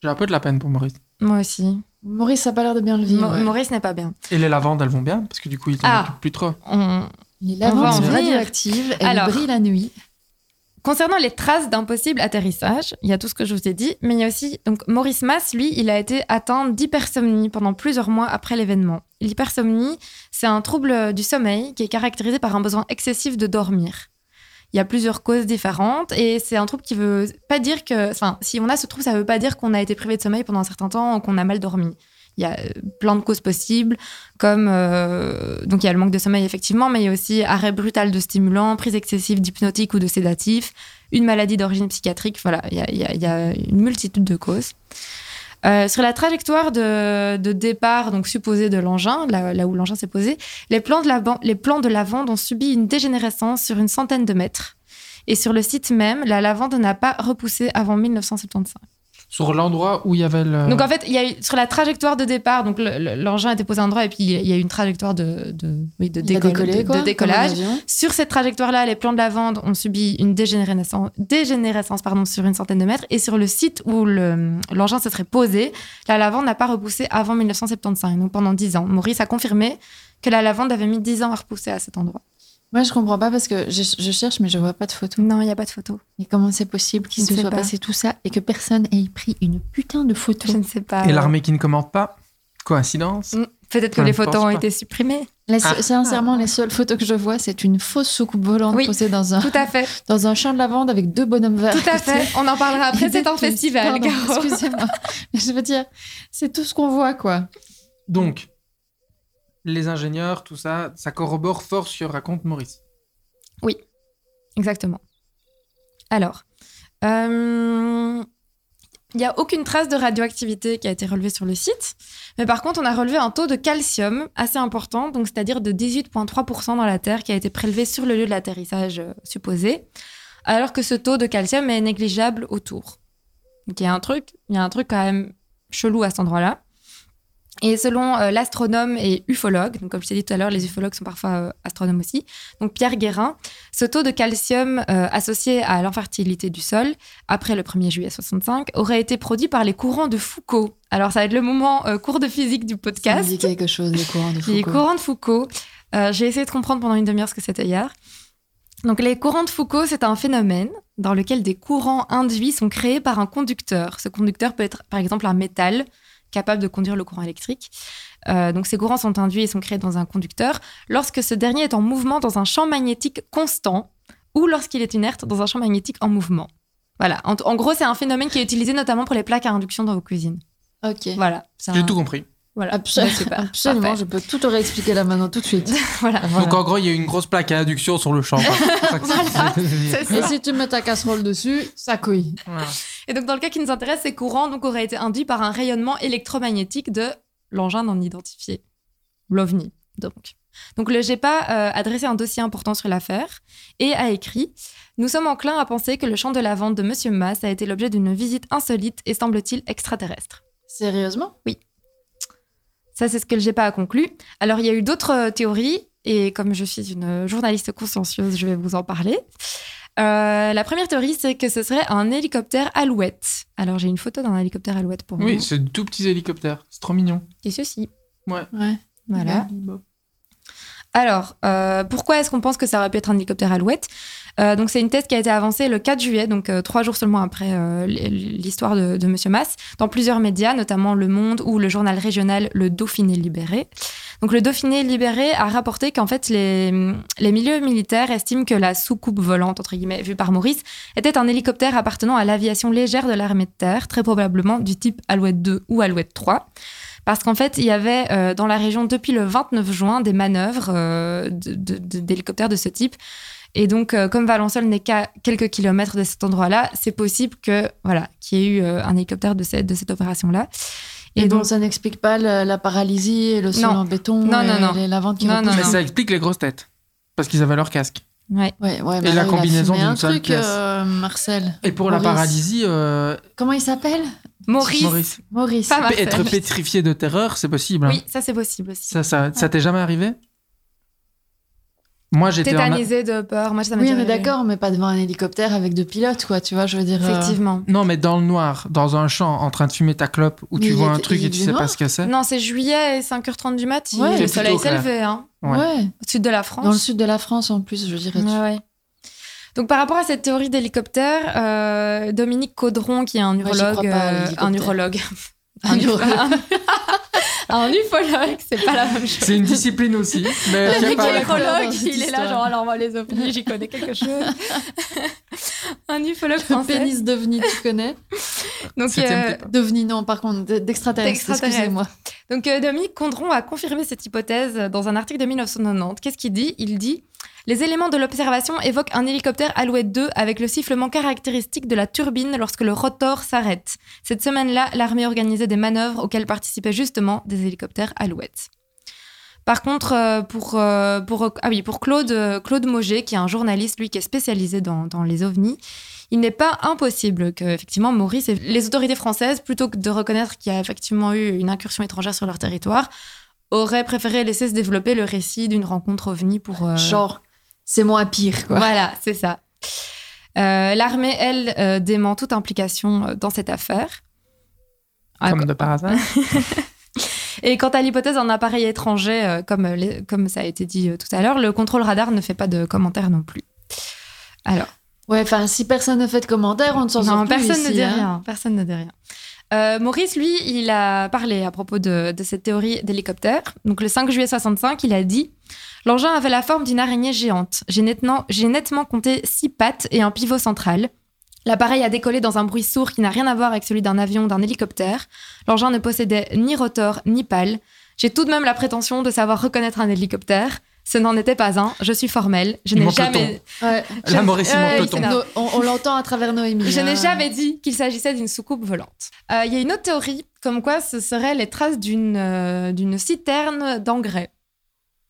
J'ai un peu de la peine pour Maurice. Moi aussi. Maurice a pas l'air de bien le Mo- vivre. ouais. Maurice n'est pas bien. Et les lavandes, elles vont bien, parce que du coup, ils t'en Ah. occupent plus trop. On- Les On va en lavandes venir. radioactives, elles Alors. brillent la nuit. Concernant les traces d'un possible atterrissage, il y a tout ce que je vous ai dit, mais il y a aussi donc Maurice Mass, lui, il a été atteint d'hypersomnie pendant plusieurs mois après l'événement. L'hypersomnie, c'est un trouble du sommeil qui est caractérisé par un besoin excessif de dormir. Il y a plusieurs causes différentes et c'est un trouble qui veut pas dire que, enfin, si on a ce trouble, ça veut pas dire qu'on a été privé de sommeil pendant un certain temps ou qu'on a mal dormi. Il y a euh, plein de causes possibles, comme euh, donc il y a le manque de sommeil effectivement, mais il y a aussi arrêt brutal de stimulants, prise excessive d'hypnotiques ou de sédatifs, une maladie d'origine psychiatrique. Voilà, il y a, il y a- il y a une multitude de causes. Euh, sur la trajectoire de, de départ, donc supposée de l'engin, là, là où l'engin s'est posé, les plans, de la, ban- les plans de lavande ont subi une dégénérescence sur une centaine de mètres. Et sur le site même, la lavande n'a pas repoussé avant 1975. Sur l'endroit où il y avait le. Donc en fait, il y a eu, sur la trajectoire de départ, donc le- le- l'engin était posé à un endroit et puis il y a eu une trajectoire de, de, oui, de, Il a décolle- de- décollé, de quoi, décollage. comme un avion. Sur cette trajectoire-là, les plans de lavande ont subi une dégénérescence, dégénérescence pardon, sur une centaine de mètres. Et sur le site où le- l'engin se serait posé, la lavande n'a pas repoussé avant 1975, donc pendant 10 ans. Maurice a confirmé que la lavande avait mis 10 ans à repousser à cet endroit. Moi, je comprends pas parce que je, je cherche, mais je vois pas de photo. Non, il n'y a pas de photo. Et comment c'est possible qu'il Je se sais soit pas. passé tout ça et que personne ait pris une putain de photo Je ne sais pas. Et l'armée qui ne commande pas Coïncidence Mm, Peut-être que Je les ne pense photos ont pas. été supprimées. Les- Ah. Sincèrement, les seules photos que je vois, c'est une fausse soucoupe volante Oui. posée dans un, Tout à fait, dans un champ de lavande avec deux bonhommes verts. tout à fait. On en parlera après, c'est un Pardon, festival, Caro. Excusez-moi. Mais je veux dire, c'est tout ce qu'on voit, quoi. Donc, les ingénieurs, tout ça, ça corrobore fort ce que raconte Maurice. Exactement. Alors, euh, il n'y a aucune trace de radioactivité qui a été relevée sur le site, mais par contre, on a relevé un taux de calcium assez important, donc c'est-à-dire de 18,3% dans la terre qui a été prélevé sur le lieu de l'atterrissage euh, supposé, alors que ce taux de calcium est négligeable autour. Donc il y a un truc, il y a un truc quand même chelou à cet endroit-là. Et selon euh, l'astronome et ufologue, donc comme je t'ai dit tout à l'heure, les ufologues sont parfois euh, astronomes aussi, donc Pierre Guérin, ce taux de calcium euh, associé à l'infertilité du sol après le 1er juillet 65 aurait été produit par les courants de Foucault. Alors ça va être le moment euh, cours de physique du Ça podcast. me dit quelque chose, les courants de Les Foucault. courants de Foucault. Euh, J'ai essayé de comprendre pendant une demi-heure ce que c'était hier. Donc, les courants de Foucault, c'est un phénomène dans lequel des courants induits sont créés par un conducteur. Ce conducteur peut être, par exemple, un métal capable de conduire le courant électrique. Euh, donc, ces courants sont induits et sont créés dans un conducteur lorsque ce dernier est en mouvement dans un champ magnétique constant ou lorsqu'il est inerte dans un champ magnétique en mouvement. Voilà. En, en gros, c'est un phénomène qui est utilisé notamment pour les plaques à induction dans vos cuisines. Ok. Voilà. C'est J'ai un- tout compris. Voilà. Absol- Bah, super. Absolument, Parfait. je peux tout te réexpliquer là maintenant, tout de suite. Voilà. Voilà. Donc en gros, il y a une grosse plaque à adduction sur le champ. quoi. C'est ça que c'est- C'est ça. Et si tu mets ta casserole dessus, ça couille. Voilà. Et donc, dans le cas qui nous intéresse, ces courants donc, auraient été induits par un rayonnement électromagnétique de l'engin non identifié, l'OVNI, donc. Donc, le GEPA euh, a dressé un dossier important sur l'affaire et a écrit « Nous sommes enclins à penser que le champ de la vente de Monsieur Mass a été l'objet d'une visite insolite et semble-t-il extraterrestre. » Sérieusement Ça, c'est ce que le GEPA a conclu. Alors, il y a eu d'autres euh, théories, et comme je suis une journaliste consciencieuse, je vais vous en parler. Euh, la première théorie, c'est que ce serait un hélicoptère alouette. Alors, j'ai une photo d'un hélicoptère alouette pour Oui, vous. c'est de tout petits hélicoptères. C'est trop mignon. Et ceci. Ouais. Voilà. Alors, euh, pourquoi est-ce qu'on pense que ça aurait pu être un hélicoptère Alouette Euh, Donc, c'est une thèse qui a été avancée le 4 juillet, donc euh, trois jours seulement après euh, l- l'histoire de, de Monsieur Mass, dans plusieurs médias, notamment Le Monde ou le journal régional Le Dauphiné Libéré. Donc, le Dauphiné Libéré a rapporté qu'en fait, les, les milieux militaires estiment que la soucoupe volante, entre guillemets, vue par Maurice, était un hélicoptère appartenant à l'aviation légère de l'armée de terre, très probablement du type Alouette 2 ou Alouette 3. Parce qu'en fait, il y avait euh, dans la région depuis le 29 juin des manœuvres euh, de- de- de- d'hélicoptères de, ce type. Et donc, euh, comme Valençol n'est qu'à quelques kilomètres de cet endroit-là, c'est possible que voilà, qu'il y ait eu euh, un hélicoptère de cette, de cette opération-là. Et, donc, ça n'explique pas le- la paralysie et le sol Non. en béton Non, et non, non. les- la vente qui Non, repousse. non, Mais non. ça explique les grosses têtes. Parce qu'ils avaient leur casque. ouais. Ouais, ouais, mais Et la là, il a combinaison fumé d'une un seule truc, pièce. euh, Marcel. Et pour la Maurice. paralysie, euh, Comment il s'appelle Maurice. Maurice, Maurice. Pas mal. Marcel. être pétrifié de terreur, c'est possible. hein. Oui, ça c'est possible aussi. Ça, ça, ça t'est jamais arrivé Moi, j'étais en... Tétanisé de peur. Moi, ça m'a Oui, déjà on est arrivé. d'accord, mais pas devant un hélicoptère avec deux pilotes, quoi. Tu vois, je veux dire. euh, Effectivement. Non, mais dans le noir, dans un champ, en train de fumer ta clope, où Mais tu il vois un était- truc il et tu faisait sais pas noir ce que c'est. Non, c'est juillet et 5h30 du mat. il- Ouais. le C'est soleil plutôt s'est clair. levé, hein, Ouais. ouais. au sud de la France. Dans le sud de la France, en plus, je dirais. Ouais, ouais. Donc par rapport à cette théorie d'hélicoptère, euh, Dominique Caudron, qui est un Moi, j'y urologue, crois pas à euh, un l'hélicoptère. urologue, Un urologue. un ufologue, c'est pas la même chose. C'est une discipline aussi, mais Le qui a mec pas qui la- est- urologue, cette il est là histoire. genre alors moi les ovnis, j'y connais quelque chose. un ufologue Le français. pénis d'OVNI, tu connais Donc Septième euh, type. D'OVNI, non, par contre, d- d'extraterrestre, D'extraterrestre. excusez-moi. Donc euh, Dominique Condron a confirmé cette hypothèse dans un article de 1990. Qu'est-ce qu'il dit Il dit Les éléments de l'observation évoquent un hélicoptère Alouette 2 avec le sifflement caractéristique de la turbine lorsque le rotor s'arrête. Cette semaine-là, l'armée organisait des manœuvres auxquelles participaient justement des hélicoptères Alouette. Par contre, euh, pour, euh, pour, ah oui, pour Claude, euh, Claude Moget, qui est un journaliste, lui, qui est spécialisé dans, dans les ovnis, il n'est pas impossible que, effectivement, Maurice et les autorités françaises, plutôt que de reconnaître qu'il y a effectivement eu une incursion étrangère sur leur territoire, auraient préféré laisser se développer le récit d'une rencontre ovni pour. euh, Genre, c'est moins pire, quoi. Voilà, c'est ça. Euh, L'armée, elle, euh, dément toute implication euh, dans cette affaire. Ah, Comme de par hasard. Et quant à l'hypothèse d'un appareil étranger, euh, comme, euh, les- comme ça a été dit euh, tout à l'heure, le contrôle radar ne fait pas de commentaires non plus. Alors, Ouais, enfin, si personne ne fait de commentaires, on ne s'en non, sort plus personne ici, ne dit hein. rien. Personne ne dit rien. Euh, Maurice, lui, il a parlé à propos de, de cette théorie d'hélicoptère. Donc, le 5 juillet 65, il a dit L'engin avait la forme d'une araignée géante. J'ai nettement, j'ai nettement compté six pattes et un pivot central. L'appareil a décollé dans un bruit sourd qui n'a rien à voir avec celui d'un avion ou d'un hélicoptère. L'engin ne possédait ni rotor ni pale. J'ai tout de même la prétention de savoir reconnaître un hélicoptère. Ce n'en était pas un. Je suis formelle. Je Il n'ai manque le jamais. Ouais. La Maurice, il Ouais, manque le il ton. s'énerve. No- on on l'entend à travers Noémie. Je hein. n'ai jamais dit qu'il s'agissait d'une soucoupe volante. Euh, Il y a une autre théorie, comme quoi ce seraient les traces d'une euh, d'une citerne d'engrais.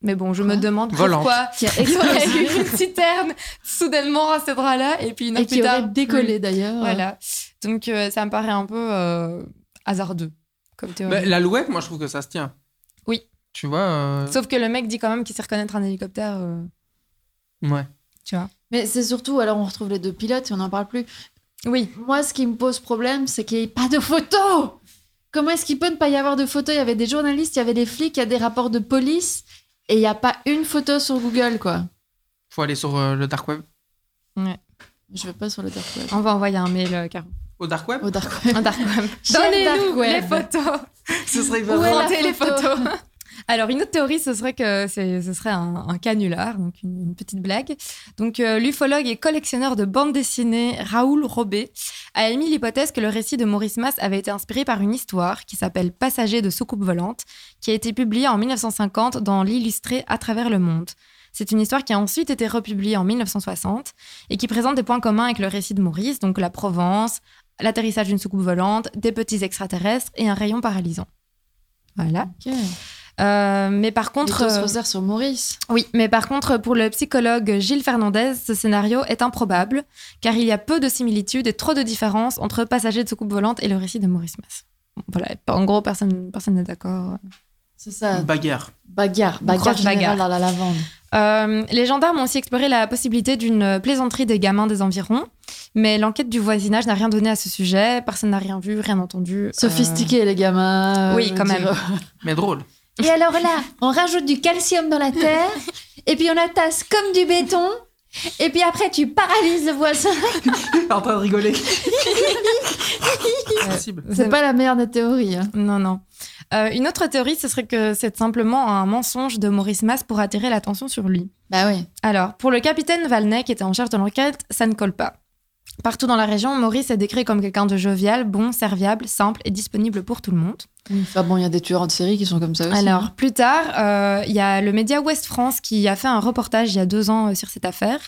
Mais bon, je Quoi me demande Volante. pourquoi Qui a il y aurait explosé eu une citerne soudainement à cet endroit-là, et puis une et autre qui plus tard, Mmh. aurait décollé d'ailleurs. Voilà. Donc euh, ça me paraît un peu euh, hasardeux comme théorie. Mais L'alouette, Bah, moi, je trouve que ça se tient. Euh, Oui. Tu vois euh, Sauf que le mec dit quand même qu'il sait reconnaître un hélicoptère. euh, Ouais. tu vois. Mais c'est surtout, alors on retrouve les deux pilotes et on n'en parle plus. Oui. Moi, ce qui me pose problème, c'est qu'il n'y ait pas de photos. Comment est-ce qu'il peut ne pas y avoir de photos Il y avait des journalistes, il y avait des flics, il y a des rapports de police, et il n'y a pas une photo sur Google, quoi. Faut aller sur euh, le dark web. Je vais pas sur le dark web. On va envoyer un mail, euh, Caro. Au dark web Au dark web. Un dark web. J'aime dark Donnez-nous les web. photos. Ce serait Où est la Rendez les photo photos. Alors, une autre théorie, ce serait que c'est- ce serait un, un canular, donc une, une petite blague. Donc, euh, l'ufologue et collectionneur de bandes dessinées Raoul Robé a émis l'hypothèse que le récit de Maurice Mas avait été inspiré par une histoire qui s'appelle Passager de soucoupe volante, qui a été publiée en 1950 dans l'illustré À travers le monde. C'est une histoire qui a ensuite été republiée en 1960 et qui présente des points communs avec le récit de Maurice, donc la Provence, l'atterrissage d'une soucoupe volante, des petits extraterrestres et un rayon paralysant. Voilà. Ok. Euh, mais par contre, Contre... se euh, resserre sur Maurice. oui, mais par contre, pour le psychologue Gilles Fernandez, ce scénario est improbable car il y a peu de similitudes et trop de différences entre Passager de soucoupe volante et le récit de Maurice Mas. Voilà, en gros, personne personne n'est d'accord. C'est ça. Bagarre. Bagarre. Bagarre Grosse générale bagarre. dans la lavande. Euh, les gendarmes ont aussi exploré la possibilité d'une plaisanterie des gamins des environs, mais l'enquête du voisinage n'a rien donné à ce sujet. Personne n'a rien vu, rien entendu. euh, Sophistiqués, les gamins. oui, euh, quand dire- même. Mais drôle. Et alors là, on rajoute du calcium dans la terre, et puis on la tasse comme du béton, et puis après tu paralyses le voisin. en train de rigoler. Sensible. Euh, C'est pas la meilleure des théories. hein. Non, non. Euh, une autre théorie, ce serait que c'est simplement un mensonge de Maurice Mas pour attirer l'attention sur lui. Bah oui. Alors, pour le capitaine Valnet, qui était en charge de l'enquête, ça ne colle pas. Partout dans la région, Maurice est décrit comme quelqu'un de jovial, bon, serviable, simple et disponible pour tout le monde. Mm. Enfin bon, il y a des tueurs de série qui sont comme ça aussi. hein. Alors, plus tard, euh, il y a le média Ouest France qui a fait un reportage il y a deux ans euh, sur cette affaire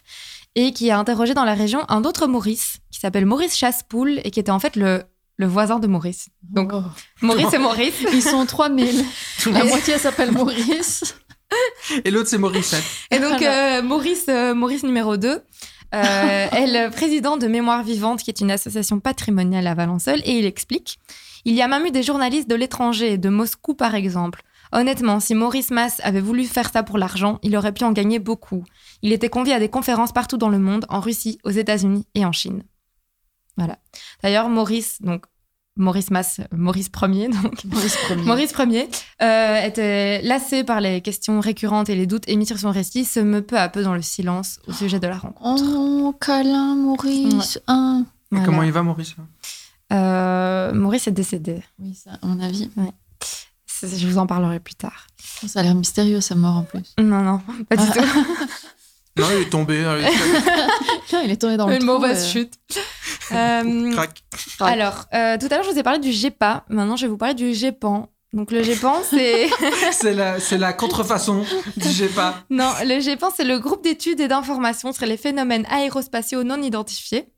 et qui a interrogé dans la région un autre Maurice qui s'appelle Maurice Chassepoul et qui était en fait le, le voisin de Maurice. Donc, Oh. Maurice et Maurice. ils sont 3000. Tout le La monde- moitié s'appelle Maurice. Et l'autre, c'est Maurice. Et donc, euh, Maurice, euh, Maurice numéro 2 est le président de Mémoire Vivante, qui est une association patrimoniale à Valençol, et il explique Il y a même eu des journalistes de l'étranger, de Moscou par exemple. Honnêtement, si Maurice Mass avait voulu faire ça pour l'argent, il aurait pu en gagner beaucoup. Il était convié à des conférences partout dans le monde, en Russie, aux États-Unis et en Chine. Voilà. D'ailleurs, Maurice, donc Maurice Mass, euh, Maurice Ier, donc, Maurice premier. Maurice Ier euh, était lassé par les questions récurrentes et les doutes émis sur son récit, se meut peu à peu dans le silence au sujet de la rencontre. Oh, câlin, Maurice. Un. Voilà. Comment il va, Maurice Euh, Maurice est décédé. Oui, ça, à mon avis. C'est- Je vous en parlerai plus tard. Ça a l'air mystérieux, sa mort en plus. Non, non, pas du Ah. tout. Non, il est tombé. euh, Tiens, il est tombé dans le Une trou, mauvaise euh. chute. Euh, Il craque. Ouais. alors, euh, tout à l'heure, je vous ai parlé du GEPA. Maintenant, je vais vous parler du E GEPAN. Donc, le E GEPAN, c'est. C'est la, c'est la contrefaçon du GEPA. Non, le E GEPAN, c'est le groupe d'études et d'informations sur les phénomènes aérospatiaux non identifiés.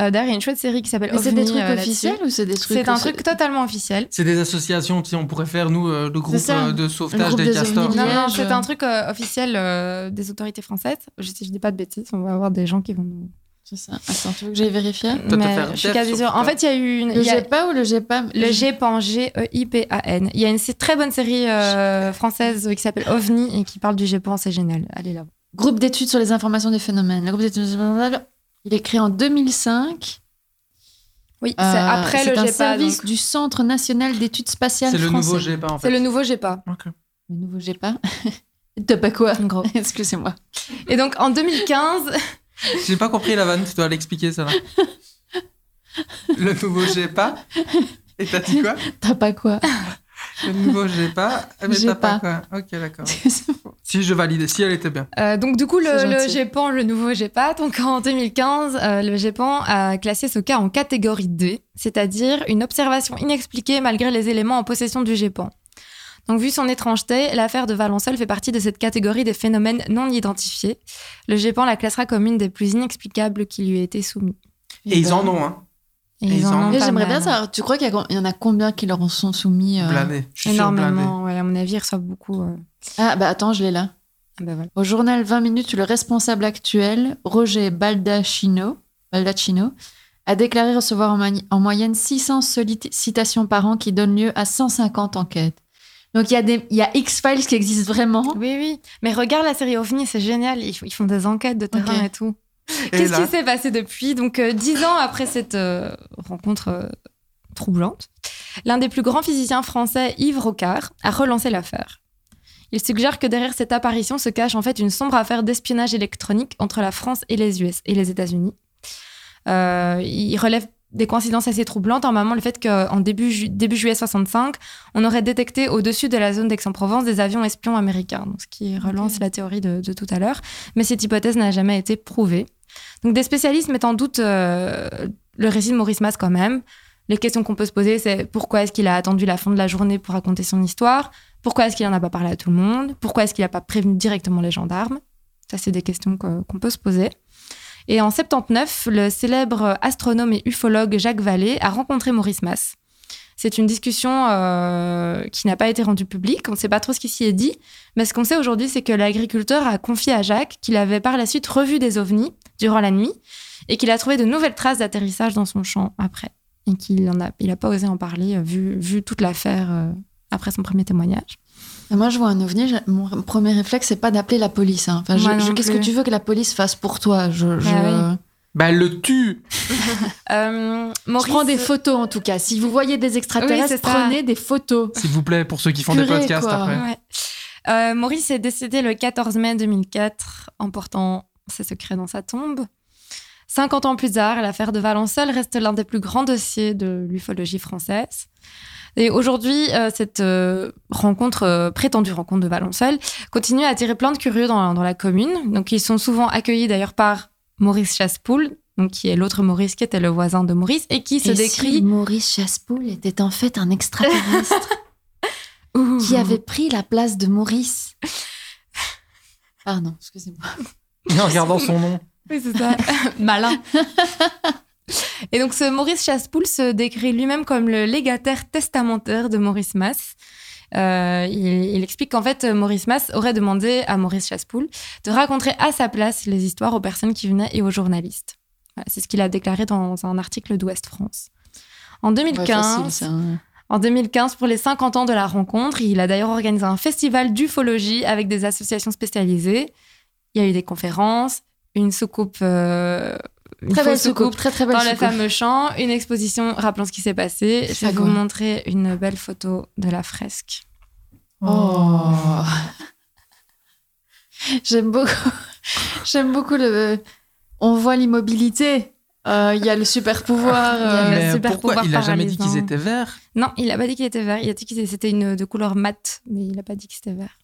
Euh, D'ailleurs, il y a une chouette série qui s'appelle Mais c'est OVNI, des trucs euh, là-dessus. officiels ou c'est des trucs C'est un offi- truc totalement officiel. C'est des associations, tu sais, on pourrait faire, nous, euh, le groupe ça. euh, de sauvetage groupe des, des castors. ovnis. Non, non, Liège. c'est un truc euh, officiel euh, des autorités françaises. Je, si je dis pas de bêtises, on va avoir des gens qui vont nous. C'est ça. Attends, tu veux que j'aille vérifier te Mais faire je suis chef quasi E sur sûre. En Twitter. fait, il y a eu une. Hein Le E il y a- GEPA ou le E GEPAM le E GEPAN, G-E-I-P-A-N. Il y a une sé- très bonne série euh, française qui s'appelle OVNI et qui parle du E GEPAN, c'est génial. Allez là. Groupe d'études sur les informations des phénomènes. Le groupe d'études sur les informations- il est créé en 2005. Oui, Euh, c'est après le un GEPA. service donc. du Centre national d'études spatiales C'est le nouveau E français. GEPA, en fait. C'est le nouveau E GEPA, Ok. Le nouveau E GEPA. De pas quoi en gros. Excusez-moi. Et donc en 2015, J'ai pas compris la vanne, tu dois l'expliquer, ça. là. Le nouveau GEPA. Et t'as dit quoi T'as pas quoi Ah, Le nouveau GEPA. Mais J'ai t'as pas, quoi Ok, d'accord. Si je validais, si elle était bien. Euh, donc du coup, le, C'est le gentil. GEPAN, le nouveau GEPA, donc en 2015, euh, le GEPAN a classé ce cas en catégorie D, c'est-à-dire une observation inexpliquée malgré les éléments en possession du GEPAN. Donc vu son étrangeté, l'affaire de Valençol fait partie de cette catégorie des phénomènes non identifiés. Le GEPAN la classera comme une des plus inexplicables qui lui a été soumise. Et ils en ont, hein. Et ils en ont. Mais pas J'aimerais bien mal. hein. savoir, tu crois qu'il y, a- il y en a combien qui leur en sont soumis euh Blindé. Je suis sûr, blindé. Énormément, ouais, à mon avis, ils reçoivent beaucoup. euh. Ah bah attends, je l'ai là. Ah bah voilà. Au journal 20 minutes, le responsable actuel, Roger Baldacchino, Baldacchino a déclaré recevoir en, mani- en moyenne 600 soliti- citations par an qui donnent lieu à 150 enquêtes. Donc il y a des- il y a X-Files qui existent vraiment. Oui, oui. Mais regarde la série OVNI, c'est génial. Ils, f- ils font des enquêtes de terrain Ok. et tout. Et Qu'est-ce là, qui s'est passé depuis Donc, euh, dix ans après cette euh, rencontre euh, troublante, l'un des plus grands physiciens français, Yves Rocard, a relancé l'affaire. Il suggère que derrière cette apparition se cache en fait une sombre affaire d'espionnage électronique entre la France et les US et les États-Unis. Euh, il relève des coïncidences assez troublantes, notamment le fait qu'en début, ju- début juillet 65, on aurait détecté au-dessus de la zone d'Aix-en-Provence des avions espions américains, donc ce qui relance Ok. la théorie de, de tout à l'heure. Mais cette hypothèse n'a jamais été prouvée. Donc des spécialistes mettent en doute euh, le récit de Maurice Mas quand même. Les questions qu'on peut se poser, c'est pourquoi est-ce qu'il a attendu la fin de la journée pour raconter son histoire Pourquoi est-ce qu'il n'en a pas parlé à tout le monde Pourquoi est-ce qu'il n'a pas prévenu directement les gendarmes Ça, c'est des questions que- qu'on peut se poser. Et en 79, le célèbre astronome et ufologue Jacques Vallée a rencontré Maurice Mas. C'est une discussion euh, qui n'a pas été rendue publique, on ne sait pas trop ce qui s'y est dit, mais ce qu'on sait aujourd'hui, c'est que l'agriculteur a confié à Jacques qu'il avait par la suite revu des ovnis durant la nuit et qu'il a trouvé de nouvelles traces d'atterrissage dans son champ après, et qu'il n'a a, il a pas osé en parler euh, vu, vu toute l'affaire euh, après son premier témoignage. Et moi je vois un ovni, j'ai- mon premier réflexe c'est pas d'appeler la police. hein. Enfin, je- Moi non je- qu'est-ce que plus. tu veux que la police fasse pour toi je, je- Ah bah, elle le tue. Euh, Je Maurice- prends des photos en tout cas. Si vous voyez des extraterrestres, Oui, c'est ça. prenez des photos. S'il vous plaît, pour ceux qui font des Purée, podcasts quoi. après. Ouais. Euh, Maurice est décédé le 14 mai 2004 en portant ses secrets dans sa tombe. 50 ans plus tard, l'affaire de Valençol reste l'un des plus grands dossiers de l'ufologie française. Et aujourd'hui, euh, cette euh, rencontre, euh, prétendue rencontre de Valençol, continue à attirer plein de curieux dans, dans la commune. Donc, ils sont souvent accueillis d'ailleurs par Maurice Chaspoul, donc qui est l'autre Maurice qui était le voisin de Maurice et qui se Et décrit. si Maurice Chaspoul était en fait un extraterrestre qui avait pris la place de Maurice. Pardon, excusez-moi. En regardant son nom. Oui, c'est ça. Malin. Et donc, ce Maurice Chaspoul se décrit lui-même comme le légataire testamentaire de Maurice Mas. Euh, il, il explique qu'en fait, Maurice Mas aurait demandé à Maurice Chaspoul de raconter à sa place les histoires aux personnes qui venaient et aux journalistes. Voilà, c'est ce qu'il a déclaré dans un article d'Ouest France. En 2015, hein. en 2015, pour les 50 ans de la rencontre, il a d'ailleurs organisé un festival d'ufologie avec des associations spécialisées. Il y a eu des conférences, une soucoupe, euh, une Très fausse belle soucoupe, très très belle dans le soucoupe. fameux champ, une exposition rappelant ce qui s'est passé. Je Ça vais vous gouine. montrer une belle photo de la fresque. Oh. J'aime beaucoup. J'aime beaucoup le. On voit l'immobilité. Euh, Il y a le super pouvoir. Il y a euh, le Mais super pourquoi pouvoir il a jamais dit paralysant. qu'ils étaient verts Non, il n'a pas dit qu'il était vert. Il a dit que c'était une de couleur mate, mais il n'a pas dit que c'était vert.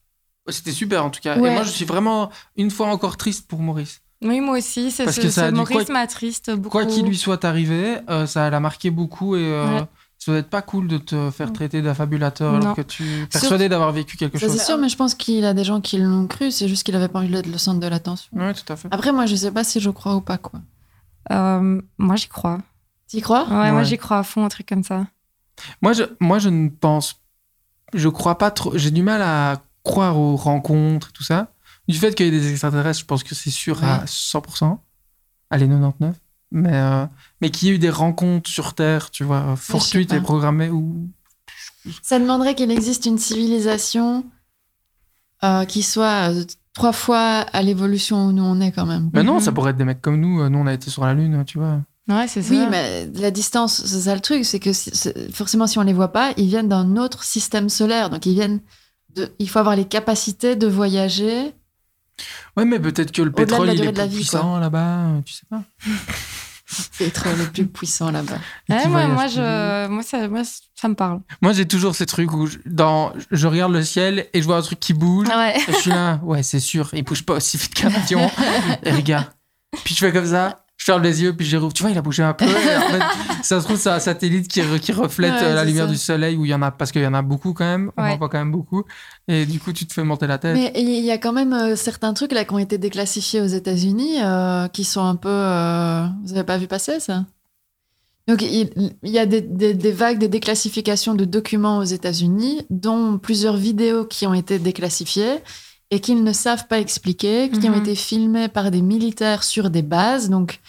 C'était super en tout cas. Ouais. Et moi, je suis vraiment une fois encore triste pour Maurice. Oui, moi aussi, c'est Parce ce, que ça ce a dû- Maurice quoi- m'attriste beaucoup. Quoi qu'il lui soit arrivé, euh, ça l'a marqué beaucoup et euh, Ouais. ça doit être pas cool de te faire traiter d'affabulateur Non. alors que tu persuadé d'avoir vécu quelque ça, chose. c'est sûr, mais je pense qu'il a des gens qui l'ont cru. C'est juste qu'il avait pas envie d'être le centre de l'attention. Oui, tout à fait. Après, moi, je sais pas si je crois ou pas quoi. Euh, moi, j'y crois. T'y crois Ouais, Moi, Ouais. j'y crois à fond, un truc comme ça. Moi, je, moi, je ne pense, je crois pas trop. J'ai du mal à croire aux rencontres et tout ça. Du fait qu'il y ait des extraterrestres, je pense que c'est sûr à Ouais. 100%. Allez, 99. Mais, euh, mais qu'il y ait eu des rencontres sur Terre, tu vois, fortuites et pas. programmées ou. Ça demanderait qu'il existe une civilisation euh, qui soit euh, trois fois à l'évolution où nous on est quand même. Mais Ben non, Mhm. ça pourrait être des mecs comme nous. Nous, on a été sur la Lune, tu vois. Ouais, c'est Oui, mais la distance, c'est ça le truc, c'est que si- c'est- forcément si on les voit pas, ils viennent d'un autre système solaire, donc ils viennent de. Il faut avoir les capacités de voyager. Ouais, mais peut-être que le Au-delà de la pétrole, il durée est de la plus vie, puissant là-bas, euh, tu sais pas. C'est trop le plus puissant là-bas. Et Ouais, tu moi, voyages moi, plus je, moi, ça, moi, ça me parle. Moi, j'ai toujours ces trucs où je, dans, je regarde le ciel et je vois un truc qui Ah bouge. Ouais. Et je suis là, ouais, c'est sûr, il bouge pas aussi vite qu'un avion. et regarde. Puis je fais comme ça, je ferme les yeux, puis je les rouvre. Tu vois, il a bougé un peu. Et en fait, ça se trouve, c'est un satellite qui, re- qui reflète Ouais, euh, la c'est lumière ça. du soleil, où il y en a, parce qu'il y en a beaucoup quand même. On Ouais. en voit quand même beaucoup. Et du coup, tu te fais monter la tête. Mais il y a quand même euh, certains trucs là qui ont été déclassifiés aux États-Unis euh, qui sont un peu. euh, Vous avez pas vu passer ça Donc il, il y a des, des- des vagues de déclassification de documents aux États-Unis, dont plusieurs vidéos qui ont été déclassifiées et qu'ils ne savent pas expliquer, qui ont Mhm. été filmées par des militaires sur des bases, donc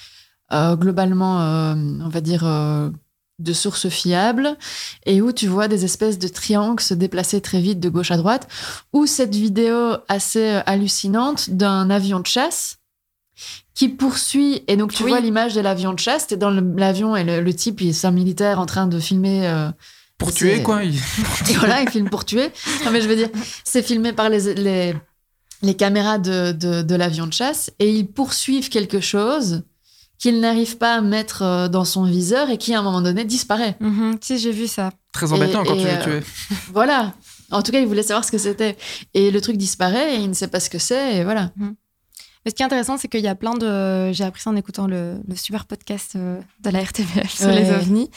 euh, globalement, euh, on va dire. euh, de sources fiables et où tu vois des espèces de triangles se déplacer très vite de gauche à droite ou cette vidéo assez euh, hallucinante d'un avion de chasse qui poursuit et donc tu Oui. vois l'image de l'avion de chasse t'es dans le- l'avion et le, le type il- c'est un militaire en train de filmer euh, Pour c'est- tuer, quoi. il- et voilà il filme pour tuer non mais je veux dire c'est filmé par les les, les caméras de, de, de l'avion de chasse et ils poursuivent quelque chose qu'ils n'arrivent pas à mettre euh, dans son viseur et qui à un moment donné disparaît Mhm. Si, j'ai vu ça. Très embêtant Et- quand et, tu veux euh, tuer. voilà en tout cas, il voulait savoir ce que c'était. Et le truc disparaît et il ne sait pas ce que c'est. Et voilà. Mais ce qui est intéressant, c'est qu'il y a plein de. J'ai appris ça en écoutant le, le super podcast euh, de la RTBF sur Ouais. les ovnis.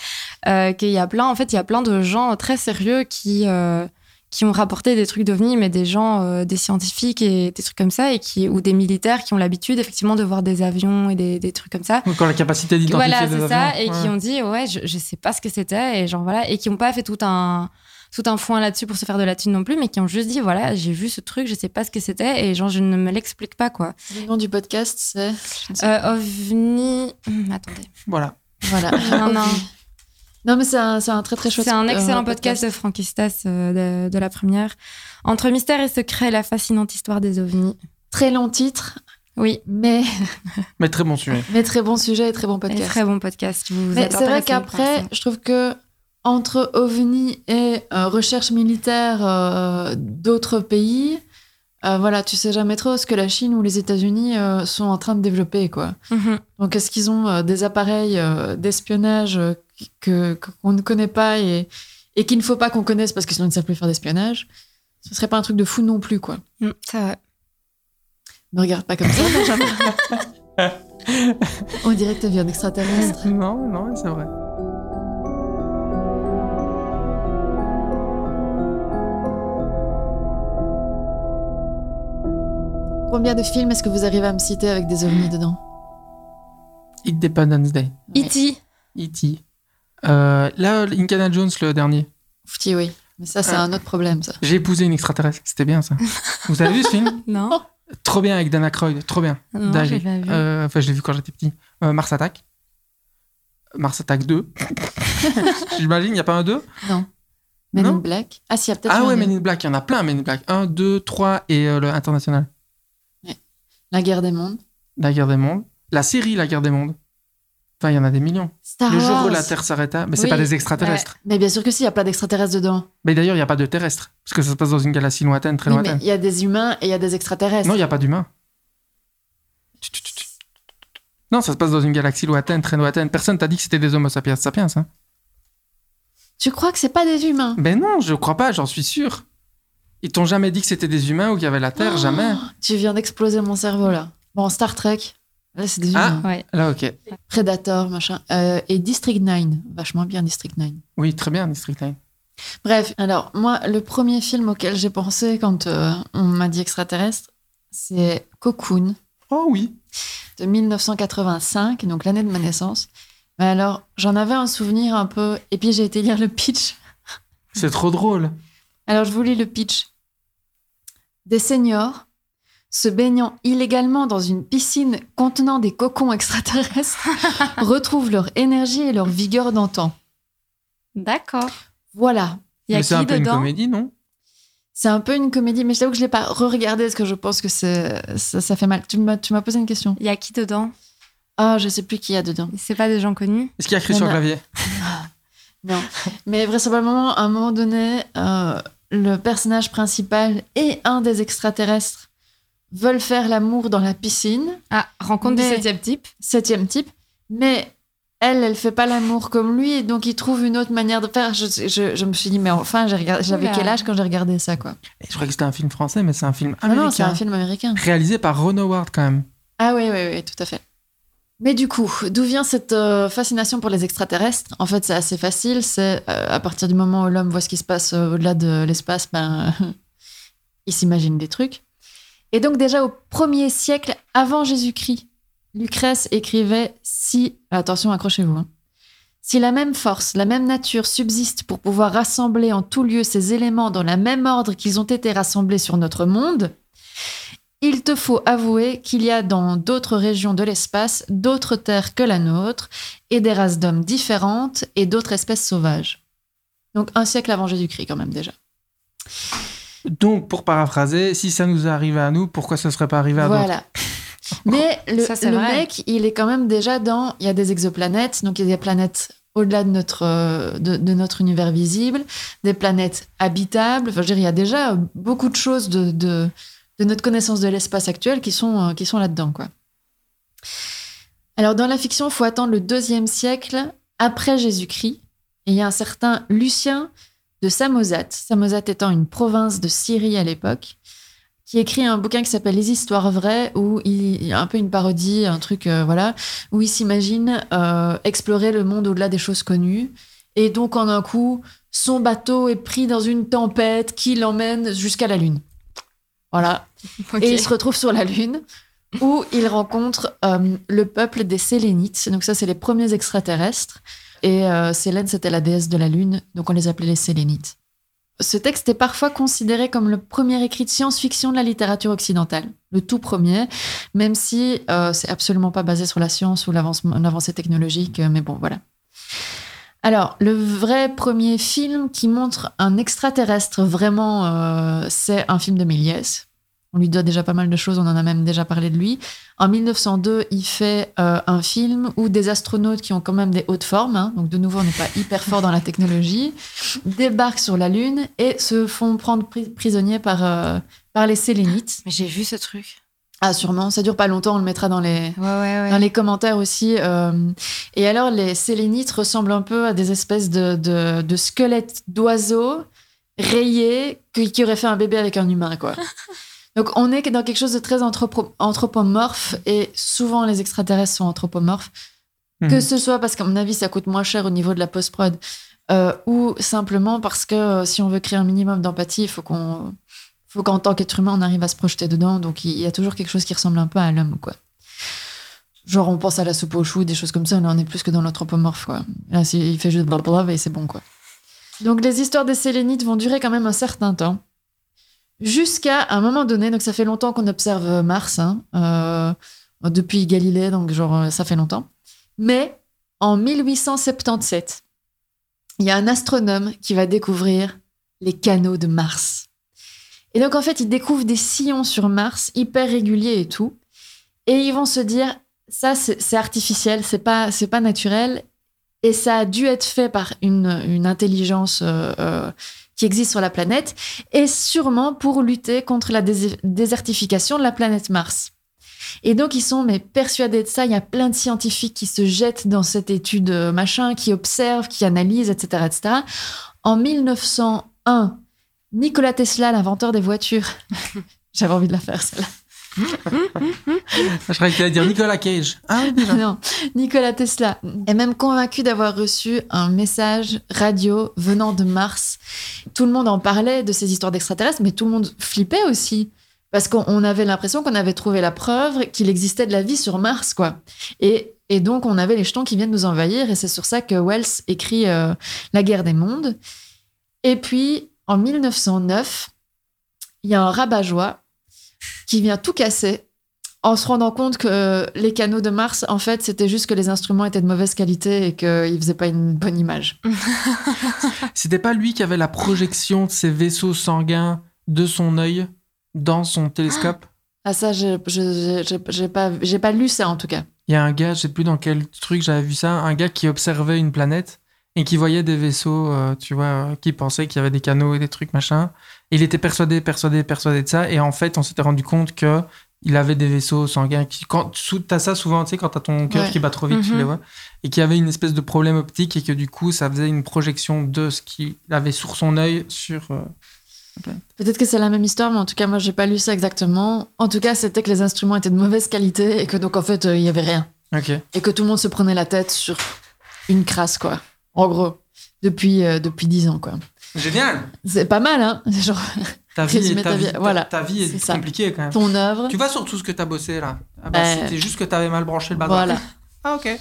euh, qu'il y a plein, en fait, il y a plein de gens très sérieux qui, euh, qui ont rapporté des trucs d'ovnis, mais des gens, euh, des scientifiques et des trucs comme ça, et qui, ou des militaires qui ont l'habitude, effectivement, de voir des avions et des, des trucs comme ça. Quand la capacité d'identifier Voilà, des c'est ça, et avions, qui ouais. ont dit, ouais, je, je sais pas ce que c'était, et genre voilà, et qui ont pas fait tout un tout un foin là-dessus pour se faire de la thune non plus, mais qui ont juste dit, voilà, j'ai vu ce truc, je sais pas ce que c'était, et genre je ne me l'explique pas quoi. Le nom du podcast, c'est. Euh, ovni. Hum, attendez. Voilà. Voilà. Non, non. Non, mais c'est un, c'est un Ah, très très chouette. C'est un euh, excellent podcast de Frankistas euh, de, de la première. Entre mystère et secret, la fascinante histoire des ovnis. Très long titre, Oui. mais, Mais très bon sujet. mais très bon sujet et très bon et podcast. Très bon podcast. si Vous vous mais êtes c'est vrai intéressé par qu'après, ça. je trouve que entre OVNI et euh, recherche militaire euh, d'autres pays, euh, voilà, tu sais jamais trop ce que la Chine ou les États-Unis euh, sont en train de développer, quoi. Mhm. Donc, est-ce qu'ils ont euh, des appareils euh, d'espionnage euh, que que- qu'on ne connaît pas et, et qu'il ne faut pas qu'on connaisse parce que sinon ils ne savent plus faire d'espionnage Ce serait pas un truc de fou non plus, quoi. Hum, c'est vrai. Ne regarde pas comme ça, Benjamin. On dirait que t'as vu un extraterrestre. Non, non, c'est vrai. Combien de films est-ce que vous arrivez à me citer avec des ovnis dedans Independence Day. Ouais. E.T. E.T. Euh, là, Indiana Jones, le dernier. Fouti, oui. Mais ça, c'est Ah. un autre problème, ça. J'ai épousé une extraterrestre. C'était bien, ça. Vous avez vu ce film Oh. Non. Trop bien avec Dana Croyd, trop bien. Non, Dingue. j'ai pas vu. Euh, Enfin, je l'ai vu quand j'étais petit. Euh, Mars Attack. Mars Attack 2. J'imagine, il n'y a pas un 2 Non. Men Non in Black. Ah, si, il y a peut-être Ah eu un ouais, Men des- in Black, il y en a plein, Men in Black. 1, 2, 3 et euh, le International. La guerre des mondes. La Guerre des Mondes. La série La Guerre des Mondes. Enfin, il y en a des millions. Star le Wars. jour où la Terre s'arrêta, mais Ah, c'est Oui. pas des extraterrestres. Mais bien sûr que si, il y a plein d'extraterrestres dedans. Mais d'ailleurs, il n'y a pas de terrestres, parce que ça se passe dans une galaxie lointaine, très Oui, mais lointaine. il y a des humains et il y a des extraterrestres. Non, il n'y a pas d'humains. Tu, tu, tu, tu. Non, ça se passe dans une galaxie lointaine, très lointaine. Personne t'a dit que c'était des Homo sapiens sapiens. Hein. Tu crois que c'est pas des humains Ben non, je crois pas, j'en suis sûr. Ils t'ont jamais dit que c'était des humains ou qu'il y avait la Terre, Oh, jamais. Tu viens d'exploser mon cerveau là. Bon, Star Trek, là c'est des Ah. humains. Ouais. Là, ok. Predator, machin. Euh, et District 9, vachement bien District 9. Oui, très bien, District 9. Bref, alors moi, le premier film auquel j'ai pensé quand euh, on m'a dit extraterrestre, c'est Cocoon Oh oui. de 1985, donc l'année de ma naissance. Mais alors, j'en avais un souvenir un peu, et puis j'ai été lire le pitch. C'est trop drôle. Alors, je vous lis le pitch. Des seniors se baignant illégalement dans une piscine contenant des cocons extraterrestres retrouvent leur énergie et leur vigueur d'antan. D'accord. Voilà. Il y a Mais c'est un qui peu une dedans comédie, non C'est un peu une comédie, mais je t'avoue que je l'ai pas re-regardé parce que je pense que c'est- ça, ça fait mal. Tu m'as tu m'as posé une question. Il y a qui dedans Ah, je sais plus qui y a dedans. C'est pas des gens connus Est-ce qu'il y a écrit Il y sur en a- clavier Non. Mais vraisemblablement, à un moment donné, euh, le personnage principal et un des extraterrestres veulent faire l'amour dans la piscine. Ah, rencontre Mais- du septième type. septième type. Mais elle, elle fait pas l'amour comme lui, et donc il trouve une autre manière de faire. Je, je- je me suis dit, mais enfin, j'ai regardé- j'avais Oula. quel âge quand j'ai regardé ça, quoi. Et je croyais que c'était un film français, mais c'est un film Ah non, c'est américain. un film américain. Réalisé par Ron Howard, quand même. Ah oui, oui, oui, tout à fait. Mais du coup, d'où vient cette euh, fascination pour les extraterrestres En fait, c'est assez facile. C'est euh, à partir du moment où l'homme voit ce qui se passe euh, au-delà de l'espace, ben, il s'imagine des trucs. Et donc déjà au premier siècle avant Jésus-Christ, Lucrèce écrivait si attention, accrochez-vous. hein. si la même force, la même nature subsiste pour pouvoir rassembler en tout lieu ces éléments dans la même ordre qu'ils ont été rassemblés sur notre monde, il te faut avouer qu'il y a dans d'autres régions de l'espace d'autres terres que la nôtre et des races d'hommes différentes et d'autres espèces sauvages. Donc un siècle avant Jésus-Christ quand même déjà. Donc, pour paraphraser, si ça nous est arrivé à nous, pourquoi ça ne serait pas arrivé à d'autres Voilà. Mais le, Ça, c'est le vrai. mec, il est quand même déjà dans. Il y a des exoplanètes, donc il y a des planètes au-delà de notre, euh, de, de notre univers visible, des planètes habitables. Enfin, je veux dire, il y a déjà euh, beaucoup de choses de, de, de notre connaissance de l'espace actuel qui sont, euh, qui sont là-dedans. quoi. Alors, dans la fiction, il faut attendre le deuxième siècle après Jésus-Christ. Et il y a un certain Lucien de Samosate, Samosate étant une province de Syrie à l'époque, qui écrit un bouquin qui s'appelle Les histoires vraies, où il il y a un peu une parodie, un truc, euh, voilà, où il s'imagine euh, explorer le monde au-delà des choses connues. Et donc, en un coup, son bateau est pris dans une tempête qui l'emmène jusqu'à la Lune. Voilà. Ok. Et il se retrouve sur la Lune, où il rencontre euh, le peuple des Sélénites. Donc ça, c'est les premiers extraterrestres. Et euh, Sélène, c'était la déesse de la Lune, donc on les appelait les Sélénites. Ce texte est parfois considéré comme le premier écrit de science-fiction de la littérature occidentale, le tout premier, même si euh, c'est absolument pas basé sur la science ou l'avancement- l'avancée technologique, euh, mais bon, voilà. Alors, le vrai premier film qui montre un extraterrestre vraiment, euh, c'est un film de Méliès, on lui doit déjà pas mal de choses, on en a même déjà parlé de lui. En 1902, il fait euh, un film où des astronautes qui ont quand même des hautes formes, hein, donc de nouveau, on n'est pas hyper fort dans la technologie, débarquent sur la Lune et se font prendre pri- prisonniers par, euh, par les Sélénites. Mais j'ai vu ce truc. Ah, sûrement, ça dure pas longtemps, on le mettra dans les, Ouais, ouais, dans ouais. les commentaires aussi. euh, et alors, les sélénites ressemblent un peu à des espèces de, de- de squelettes d'oiseaux rayés qui, qui auraient fait un bébé avec un humain, quoi. Donc, on est dans quelque chose de très anthropo- anthropomorphe et souvent les extraterrestres sont anthropomorphes. Que Mhm. ce soit parce qu'à mon avis, ça coûte moins cher au niveau de la post-prod euh, ou simplement parce que euh, si on veut créer un minimum d'empathie, il faut qu'on. Faut qu'en tant qu'être humain, on arrive à se projeter dedans. Donc, il y a toujours quelque chose qui ressemble un peu à l'homme, quoi. Genre, on pense à la soupe aux choux, des choses comme ça. Là, on est plus que dans l'anthropomorphe, quoi. Là, c'est- il fait juste blablabla et c'est bon, quoi. Donc, les histoires des Sélénites vont durer quand même un certain temps. Jusqu'à un moment donné, donc ça fait longtemps qu'on observe Mars, hein, euh, depuis Galilée, donc genre, euh, ça fait longtemps. Mais en 1877, il y a un astronome qui va découvrir les canaux de Mars. Et donc, en fait, il découvre des sillons sur Mars, hyper réguliers et tout. Et ils vont se dire, ça, c'est c'est artificiel, c'est pas, c'est pas naturel. Et ça a dû être fait par une, une intelligence euh, euh, qui existe sur la planète, et sûrement pour lutter contre la dés- désertification de la planète Mars. Et donc, ils sont mais persuadés de ça. Il y a plein de scientifiques qui se jettent dans cette étude euh, machin, qui observent, qui analysent, etc. etc. En 1901, Nikola Tesla, l'inventeur des voitures, j'avais envie de la faire celle-là. Je croyais que tu allais dire Nicolas Cage. Ah oui, déjà. Non, Nikola Tesla est même convaincu d'avoir reçu un message radio venant de Mars. Tout le monde en parlait de ces histoires d'extraterrestres, mais tout le monde flippait aussi. Parce qu'on on avait l'impression qu'on avait trouvé la preuve qu'il existait de la vie sur Mars, quoi. Et, et donc, on avait les jetons qui viennent nous envahir, et c'est sur ça que Wells écrit euh, La guerre des mondes. Et puis, en 1909, il y a un rabat-joie qui vient tout casser en se rendant compte que les canaux de Mars, en fait, c'était juste que les instruments étaient de mauvaise qualité et qu'ils ne faisaient pas une bonne image. Ah, C'était pas lui qui avait la projection de ses vaisseaux sanguins de son œil dans son télescope Ah ça, je je- je- j'ai pas, j'ai pas lu ça en tout cas. Il y a un gars, je sais plus dans quel truc j'avais vu ça, un gars qui observait une planète et qui voyait des vaisseaux, euh, tu vois, euh, qui pensait qu'il y avait des canaux et des trucs, machin. Il était persuadé, persuadé, persuadé de ça. Et en fait, on s'était rendu compte que il avait des vaisseaux sanguins qui quand sous- t'as ça souvent tu sais quand t'as ton cœur Ouais. qui bat trop vite tu Mhm. les vois et qui avait une espèce de problème optique et que du coup ça faisait une projection de ce qu'il avait sur son œil sur euh, Peut-être que c'est la même histoire, mais en tout cas, moi, j'ai pas lu ça exactement. En tout cas, c'était que les instruments étaient de mauvaise qualité et que donc, en fait, euh, il y avait rien. ok Et que tout le monde se prenait la tête sur une crasse, quoi. En gros, depuis, euh, depuis 10 ans, quoi. génial C'est pas mal, hein Genre, ta vie, Résumer est- ta, ta vie, vie, ta- voilà. ta vie C'est est, ça. compliquée quand même ton œuvre. tu vois sur tout ce que t'as bossé là ah bah, Euh, c'était juste que t'avais mal branché le bâton Voilà. ah ok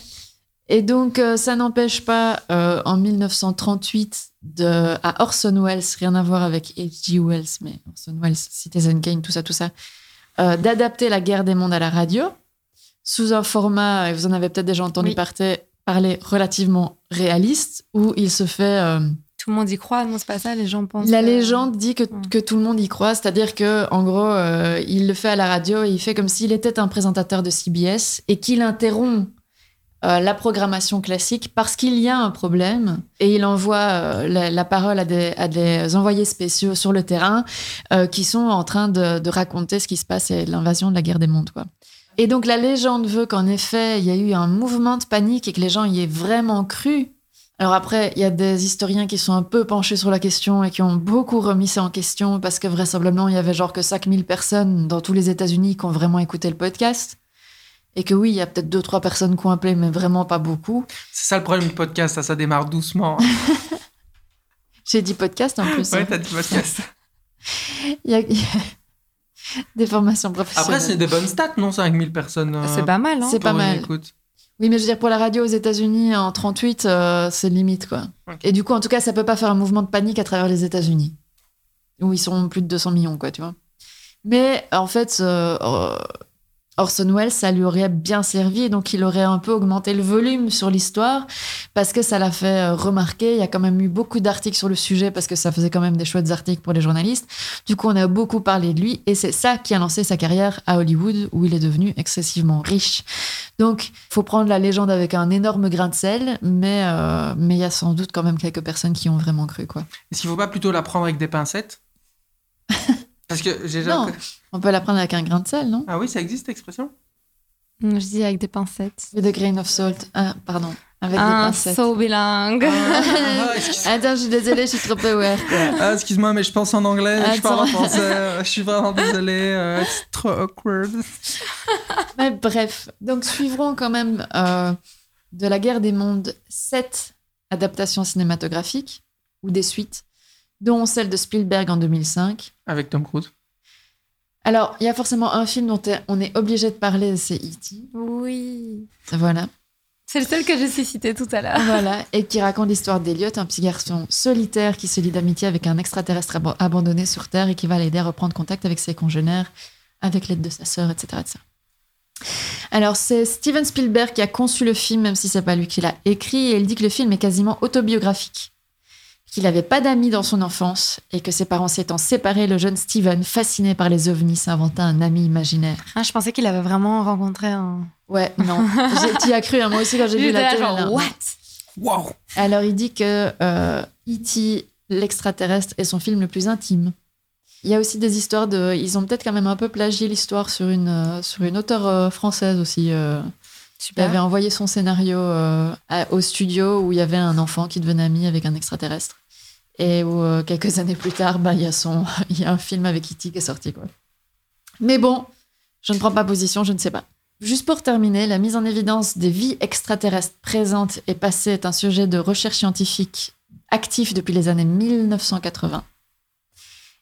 Et donc, euh, ça n'empêche pas, euh, en 1938, de, à Orson Welles, rien à voir avec H.G. Wells, mais Orson Welles, Citizen Kane, tout ça, tout ça, euh, d'adapter La guerre des mondes à la radio, sous un format, et vous en avez peut-être déjà entendu Oui. parter- parler, relativement réaliste, où il se fait... euh, Tout le monde y croit, non, c'est pas ça, les gens pensent. la que- légende dit que, Ouais. que tout le monde y croit, c'est-à-dire que en gros, euh, il le fait à la radio et il fait comme s'il était un présentateur de CBS et qu'il interrompt euh, la programmation classique parce qu'il y a un problème et il envoie euh, la, la parole à des, à des envoyés spéciaux sur le terrain euh, qui sont en train de, de raconter ce qui se passe et l'invasion de la guerre des mondes. Quoi. Et donc la légende veut qu'en effet, il y a eu un mouvement de panique et que les gens y aient vraiment cru. Alors après, il y a des historiens qui sont un peu penchés sur la question et qui ont beaucoup remis ça en question parce que vraisemblablement, il y avait genre que 5000 personnes dans tous les États-Unis qui ont vraiment écouté le podcast. Et que oui, il y a peut-être deux, trois personnes qui ont appelé, mais vraiment pas beaucoup. c'est ça le problème du podcast ça ça démarre doucement J'ai dit podcast en plus. ouais hein. t'as du podcast Il y a, il y a des formations professionnelles. après c'est des bonnes stats non 5000 personnes euh, C'est pas mal, hein. C'est pour pas une mal. écoute. Oui, mais je veux dire, pour la radio aux États-Unis en 38, euh, c'est limite, quoi. Ok. Et du coup, en tout cas, ça peut pas faire un mouvement de panique à travers les États-Unis, où ils sont plus de 200 millions, quoi, tu vois. Mais en fait, euh, euh, Orson Welles, ça lui aurait bien servi, et donc il aurait un peu augmenté le volume sur l'histoire, parce que ça l'a fait euh, remarquer. Il y a quand même eu beaucoup d'articles sur le sujet, parce que ça faisait quand même des chouettes articles pour les journalistes. Du coup, on a beaucoup parlé de lui, et c'est ça qui a lancé sa carrière à Hollywood, où il est devenu excessivement riche. Donc, faut prendre la légende avec un énorme grain de sel, mais euh, mais il y a sans doute quand même quelques personnes qui y ont vraiment cru quoi. Est-ce qu'il ne faut pas plutôt la prendre avec des pincettes Parce que j'ai déjà... Non, on peut la prendre avec un grain de sel, non Ah oui, ça existe, cette expression Je dis avec des pincettes. With a grain of salt. Ah, pardon, avec des Un pincettes. so bilingue. Ah, excuse- Attends, je suis désolée, je suis trop aware. quoi. ah, excuse-moi, mais je pense en anglais, je parle en Attends. français. euh, Je suis vraiment désolée, euh, c'est trop awkward. Mais bref, donc suivrons quand même euh, de la guerre des mondes sept adaptations cinématographiques ou des suites, dont celle de Spielberg en 2005, Avec Tom Cruise. Alors, il y a forcément un film dont t'es- on est obligé de parler, c'est E.T. Oui. Voilà. C'est le seul que je sais citer tout à l'heure. voilà. Et qui raconte l'histoire d'Eliot, un petit garçon solitaire qui se lie d'amitié avec un extraterrestre abo- abandonné sur Terre et qui va l'aider à reprendre contact avec ses congénères avec l'aide de sa sœur, etc., etc. Alors, c'est Steven Spielberg qui a conçu le film, même si c'est pas lui qui l'a écrit, et il dit que le film est quasiment autobiographique. Qu'il n'avait pas d'amis dans son enfance et que ses parents s'étant séparés, le jeune Steven, fasciné par les ovnis, s'inventa un ami imaginaire. Ah, je pensais qu'il avait vraiment rencontré un. Ouais, non. J'ai- tu y as cru, hein, moi aussi, quand j'ai vu J'étais la là, télé. là. genre, what Waouh Alors, il dit que euh, E.T., l'extraterrestre, est son film le plus intime. Il y a aussi des histoires de. Ils ont peut-être quand même un peu plagié l'histoire sur une, euh, sur une auteure euh, française aussi. euh, qui Super. avait envoyé son scénario euh, à- au studio où il y avait un enfant qui devenait ami avec un extraterrestre. Et où euh, quelques années plus tard, bah, il y, a son- il y a un film avec E.T. qui est sorti. Quoi. Mais bon, je ne prends pas position, je ne sais pas. Juste pour terminer, la mise en évidence des vies extraterrestres présentes et passées est un sujet de recherche scientifique actif depuis les années 1980.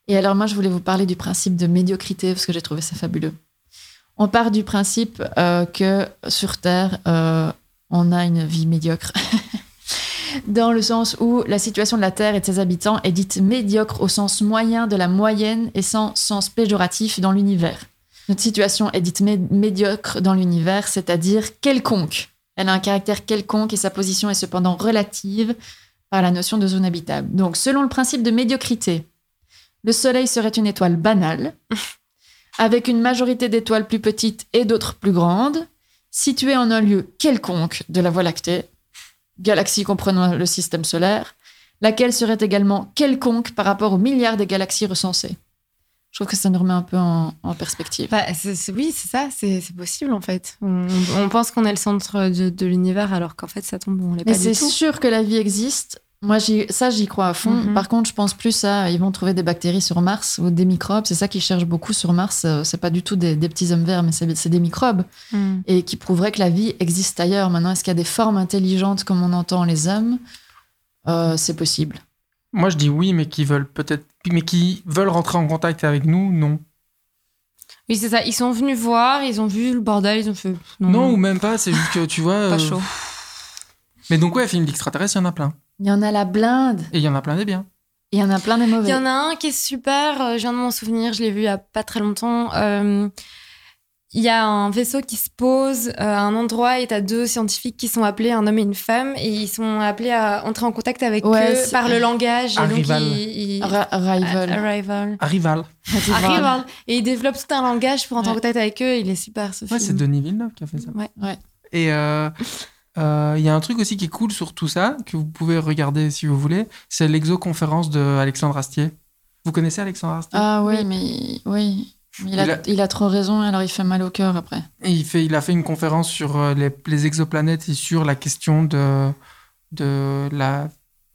Et alors moi, je voulais vous parler du principe de médiocrité, parce que j'ai trouvé ça fabuleux. On part du principe euh, que sur Terre, euh, on a une vie médiocre. Dans le sens où la situation de la Terre et de ses habitants est dite médiocre au sens moyen de la moyenne et sans sens péjoratif dans l'univers. Notre situation est dite mé- médiocre dans l'univers, c'est-à-dire quelconque. Elle a un caractère quelconque et sa position est cependant relative par la notion de zone habitable. Donc, selon le principe de médiocrité, le Soleil serait une étoile banale, avec une majorité d'étoiles plus petites et d'autres plus grandes, située en un lieu quelconque de la Voie lactée, galaxie comprenant le système solaire, laquelle serait également quelconque par rapport aux milliards des galaxies recensées. Je trouve que ça nous remet un peu en, en perspective. Bah, c'est- c'est- oui, c'est ça, c'est c'est possible en fait. On, on pense qu'on est le centre de, de l'univers alors qu'en fait ça tombe, on l'est Mais pas du c'est tout. sûr que la vie existe. Moi, j'y- ça, j'y crois à fond. Mhm. Par contre, je pense plus à. Ils vont trouver des bactéries sur Mars ou des microbes. C'est ça qu'ils cherchent beaucoup sur Mars. Euh, C'est pas du tout des, des petits hommes verts, mais c'est c'est des microbes. Mm. Et qui prouveraient que la vie existe ailleurs. Maintenant, est-ce qu'il y a des formes intelligentes comme on entend les hommes Euh, C'est possible. Moi, je dis oui, mais qui veulent peut-être, mais qui veulent rentrer en contact avec nous, non. Oui, c'est ça. Ils sont venus voir, ils ont vu le bordel, ils ont fait. Non, Non, ou même pas. C'est juste que tu vois. Mm. pas euh, chaud. Mais donc ouais, film d'extraterrestres, il y en a plein. Il y en a la blinde. Et il y en a plein des biens. Il y en a plein des Il mauvais. y en a un qui est super, euh, je viens de m'en souvenir, je l'ai vu il y a pas très longtemps. Euh, Il y a un vaisseau qui se pose euh, à un endroit et t'as deux scientifiques qui sont appelés, un homme et une femme, et ils sont appelés à entrer en contact avec Ouais, eux c'est- par le langage. et donc Arrival. ils- ils- Ra- Rival. Euh, Arrival. Un rival. Rival. Arrival. Et ils développent tout un langage pour entrer en Ouais. contact avec eux. Il est super ce Ouais, c'est film. Denis Villeneuve qui a fait ça. Ouais. Ouais. Et euh, euh, il y a un truc aussi qui est cool sur tout ça, que vous pouvez regarder si vous voulez, c'est l'exoconférence de Alexandre Astier. Vous connaissez Alexandre Astier Ah oui, Oui. mais oui. Mais il, a, Il a- il a trop raison, alors il fait mal au cœur après. Et il, fait, il a fait une conférence sur euh, les, les exoplanètes et sur la question de, de la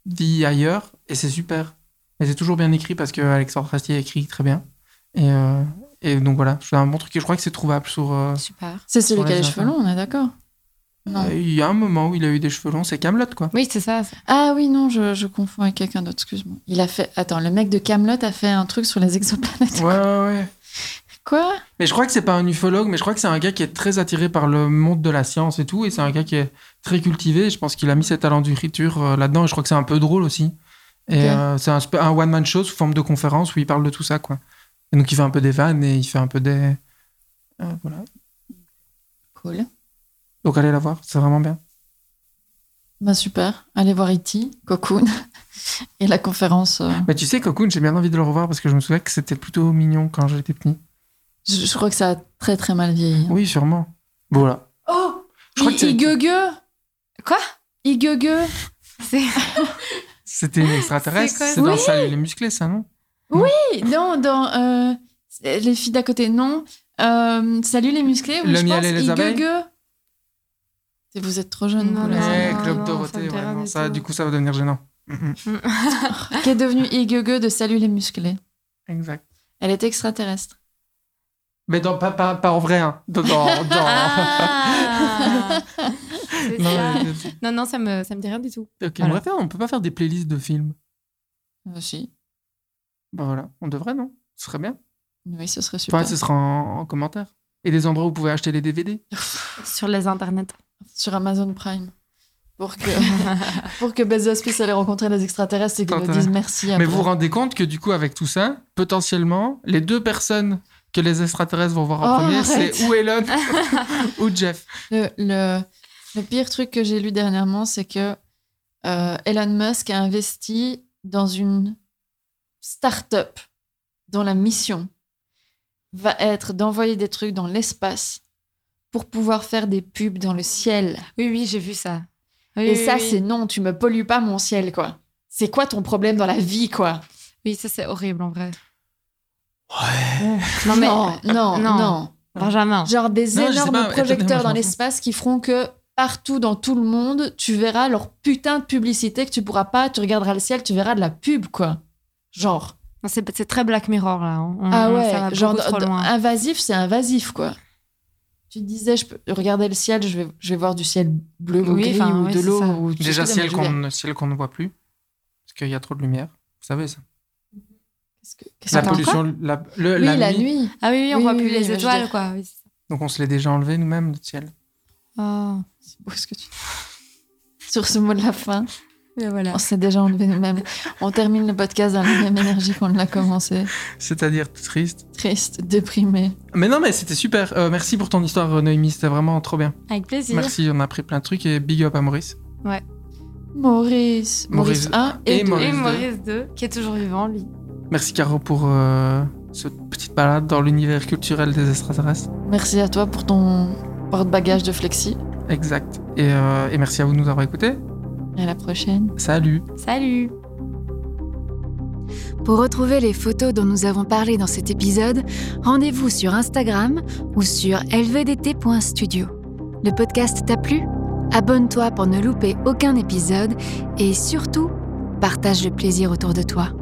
vie ailleurs. Et c'est super. Et c'est toujours bien écrit parce que Alexandre Astier écrit très bien. Et, euh, et donc voilà, c'est un bon truc. Et je crois que c'est trouvable sur. euh, Super. C'est celui Ouais, qui a les j'entends. cheveux longs, on est d'accord Il Non. y a un moment où il a eu des cheveux longs, c'est Camelot quoi. Oui, c'est ça. Ah oui, non, je, je confonds avec quelqu'un d'autre, excuse-moi. Il a fait. Attends, le mec de Camelot a fait un truc sur les exoplanètes. Ouais, ouais, ouais. Quoi Mais je crois que c'est pas un ufologue, mais je crois que c'est un gars qui est très attiré par le monde de la science et tout, et c'est un gars qui est très cultivé. Je pense qu'il a mis ses talents d'écriture euh, là-dedans, et je crois que c'est un peu drôle aussi. Et Ok. euh, c'est un, sp- un one-man show sous forme de conférence où il parle de tout ça, quoi. Et donc il fait un peu des vannes et il fait un peu des. euh, voilà. Cool. Donc allez la voir, c'est vraiment bien. Bah super. Allez voir E.T., Cocoon et la conférence. euh, Mais tu sais, Cocoon, j'ai bien envie de le revoir parce que je me souviens que c'était plutôt mignon quand j'étais petit. Je, je crois que ça a très très mal vieilli. Oui, sûrement. Bon, Voilà. Oh Je crois que c'est- Igeugue Quoi Igeugue C'est C'était une extraterrestre. C'est quoi C'est dans Oui. Salut les musclés, ça, non Oui, Non, dans euh, Les filles d'à côté, non. Euh, salut les musclés, oui, Le je miel pense. et les Igeugue. abeilles. Et Vous êtes trop jeune. Non, pour non, le Ouais, savoir. non, Club non, ça me Dorothée, dit rien ouais, non, du ça, tout. du coup, ça va devenir gênant. Mhm. Qui est devenue Igeugue de Salut les musclés. Exact. Elle était extraterrestre. Mais dans, pas, pas, pas en vrai, hein. Dans, dans, dans- Ah C'est Oh. Non, ça. mais- Non, non, ça me, ça me dit rien du tout. ok, Voilà. on, va faire- on peut pas faire des playlists de films. Euh, si. Ben voilà, on devrait, non Ce serait bien. Oui, ce serait super. Enfin, ce sera en, en commentaire. Et des endroits où vous pouvez acheter les DVD. Sur les internets. Sur Amazon Prime. Pour que, pour que Bezos puisse aller rencontrer les extraterrestres et qu'ils nous Attends, disent merci. Mais après. vous vous rendez compte que du coup, avec tout ça, potentiellement, les deux personnes que les extraterrestres vont voir en Oh, premier, arrête. c'est ou Elon ou Jeff. Le, le- le pire truc que j'ai lu dernièrement, c'est que euh, Elon Musk a investi dans une start-up dont la mission va être d'envoyer des trucs dans l'espace pour pouvoir faire des pubs dans le ciel. Oui, oui, j'ai vu ça. Oui, Et oui, ça, oui. c'est non, tu me pollues pas mon ciel, quoi. C'est quoi ton problème dans la vie, quoi Oui, ça, c'est horrible en vrai. Ouais. Non, mais. non, non, non. non. Benjamin. Genre des Non, je sais énormes pas, étonnamment, projecteurs dans je m'en l'espace qui feront que partout dans tout le monde, tu verras leur putain de publicité que tu pourras pas, tu regarderas le ciel, tu verras de la pub, quoi. Genre. Non, C'est c'est très Black Mirror là. On- on- ah ouais, Mm-hmm, ça va genre beaucoup trop d- loin. invasif, c'est invasif, quoi. Tu te disais, je peux regarder le ciel, je vais, je vais voir du ciel bleu ou Oui, gris enfin, ou ouais, de c'est l'eau. ça. ou- Déjà, Excusez-moi, ciel je vais- qu'on ne- ciel qu'on ne voit plus, parce qu'il y a trop de lumière. Vous savez ça Qu'est-ce que- qu'est-ce La que- Attends, pollution, la, le- Oui, la la nuit. nuit. Ah oui, oui, on Oui, voit oui, plus oui, mais les je étoiles dors. quoi. Oui, c'est ça. Donc on se l'est déjà enlevé nous-mêmes, notre ciel. Oh. C'est beau ce que tu dis. Sur ce mot de la fin. Mais voilà. On s'est déjà enlevé nous-mêmes. On termine le podcast dans la même énergie qu'on l'a commencé. C'est-à-dire triste. Triste, déprimé. Mais non, mais c'était super. Euh, merci pour ton histoire, euh, Noémie. C'était vraiment trop bien. Avec plaisir. Merci, on a appris plein de trucs et big up à Maurice. Maurice. Maurice Maurice 1 et, et 2. Maurice Et deux. Maurice 2, qui est toujours vivant lui. Merci, Caro, pour euh, cette petite balade dans l'univers culturel des extraterrestres. Merci à toi pour ton porte-bagage de Flexi. Exact. Et, euh, et merci à vous de nous avoir écoutés. Et à la prochaine. Salut! Salut Pour retrouver les photos dont nous avons parlé dans cet épisode, rendez-vous sur Instagram ou sur lvdt.studio. Le podcast t'a plu Abonne-toi pour ne louper aucun épisode et surtout, partage le plaisir autour de toi.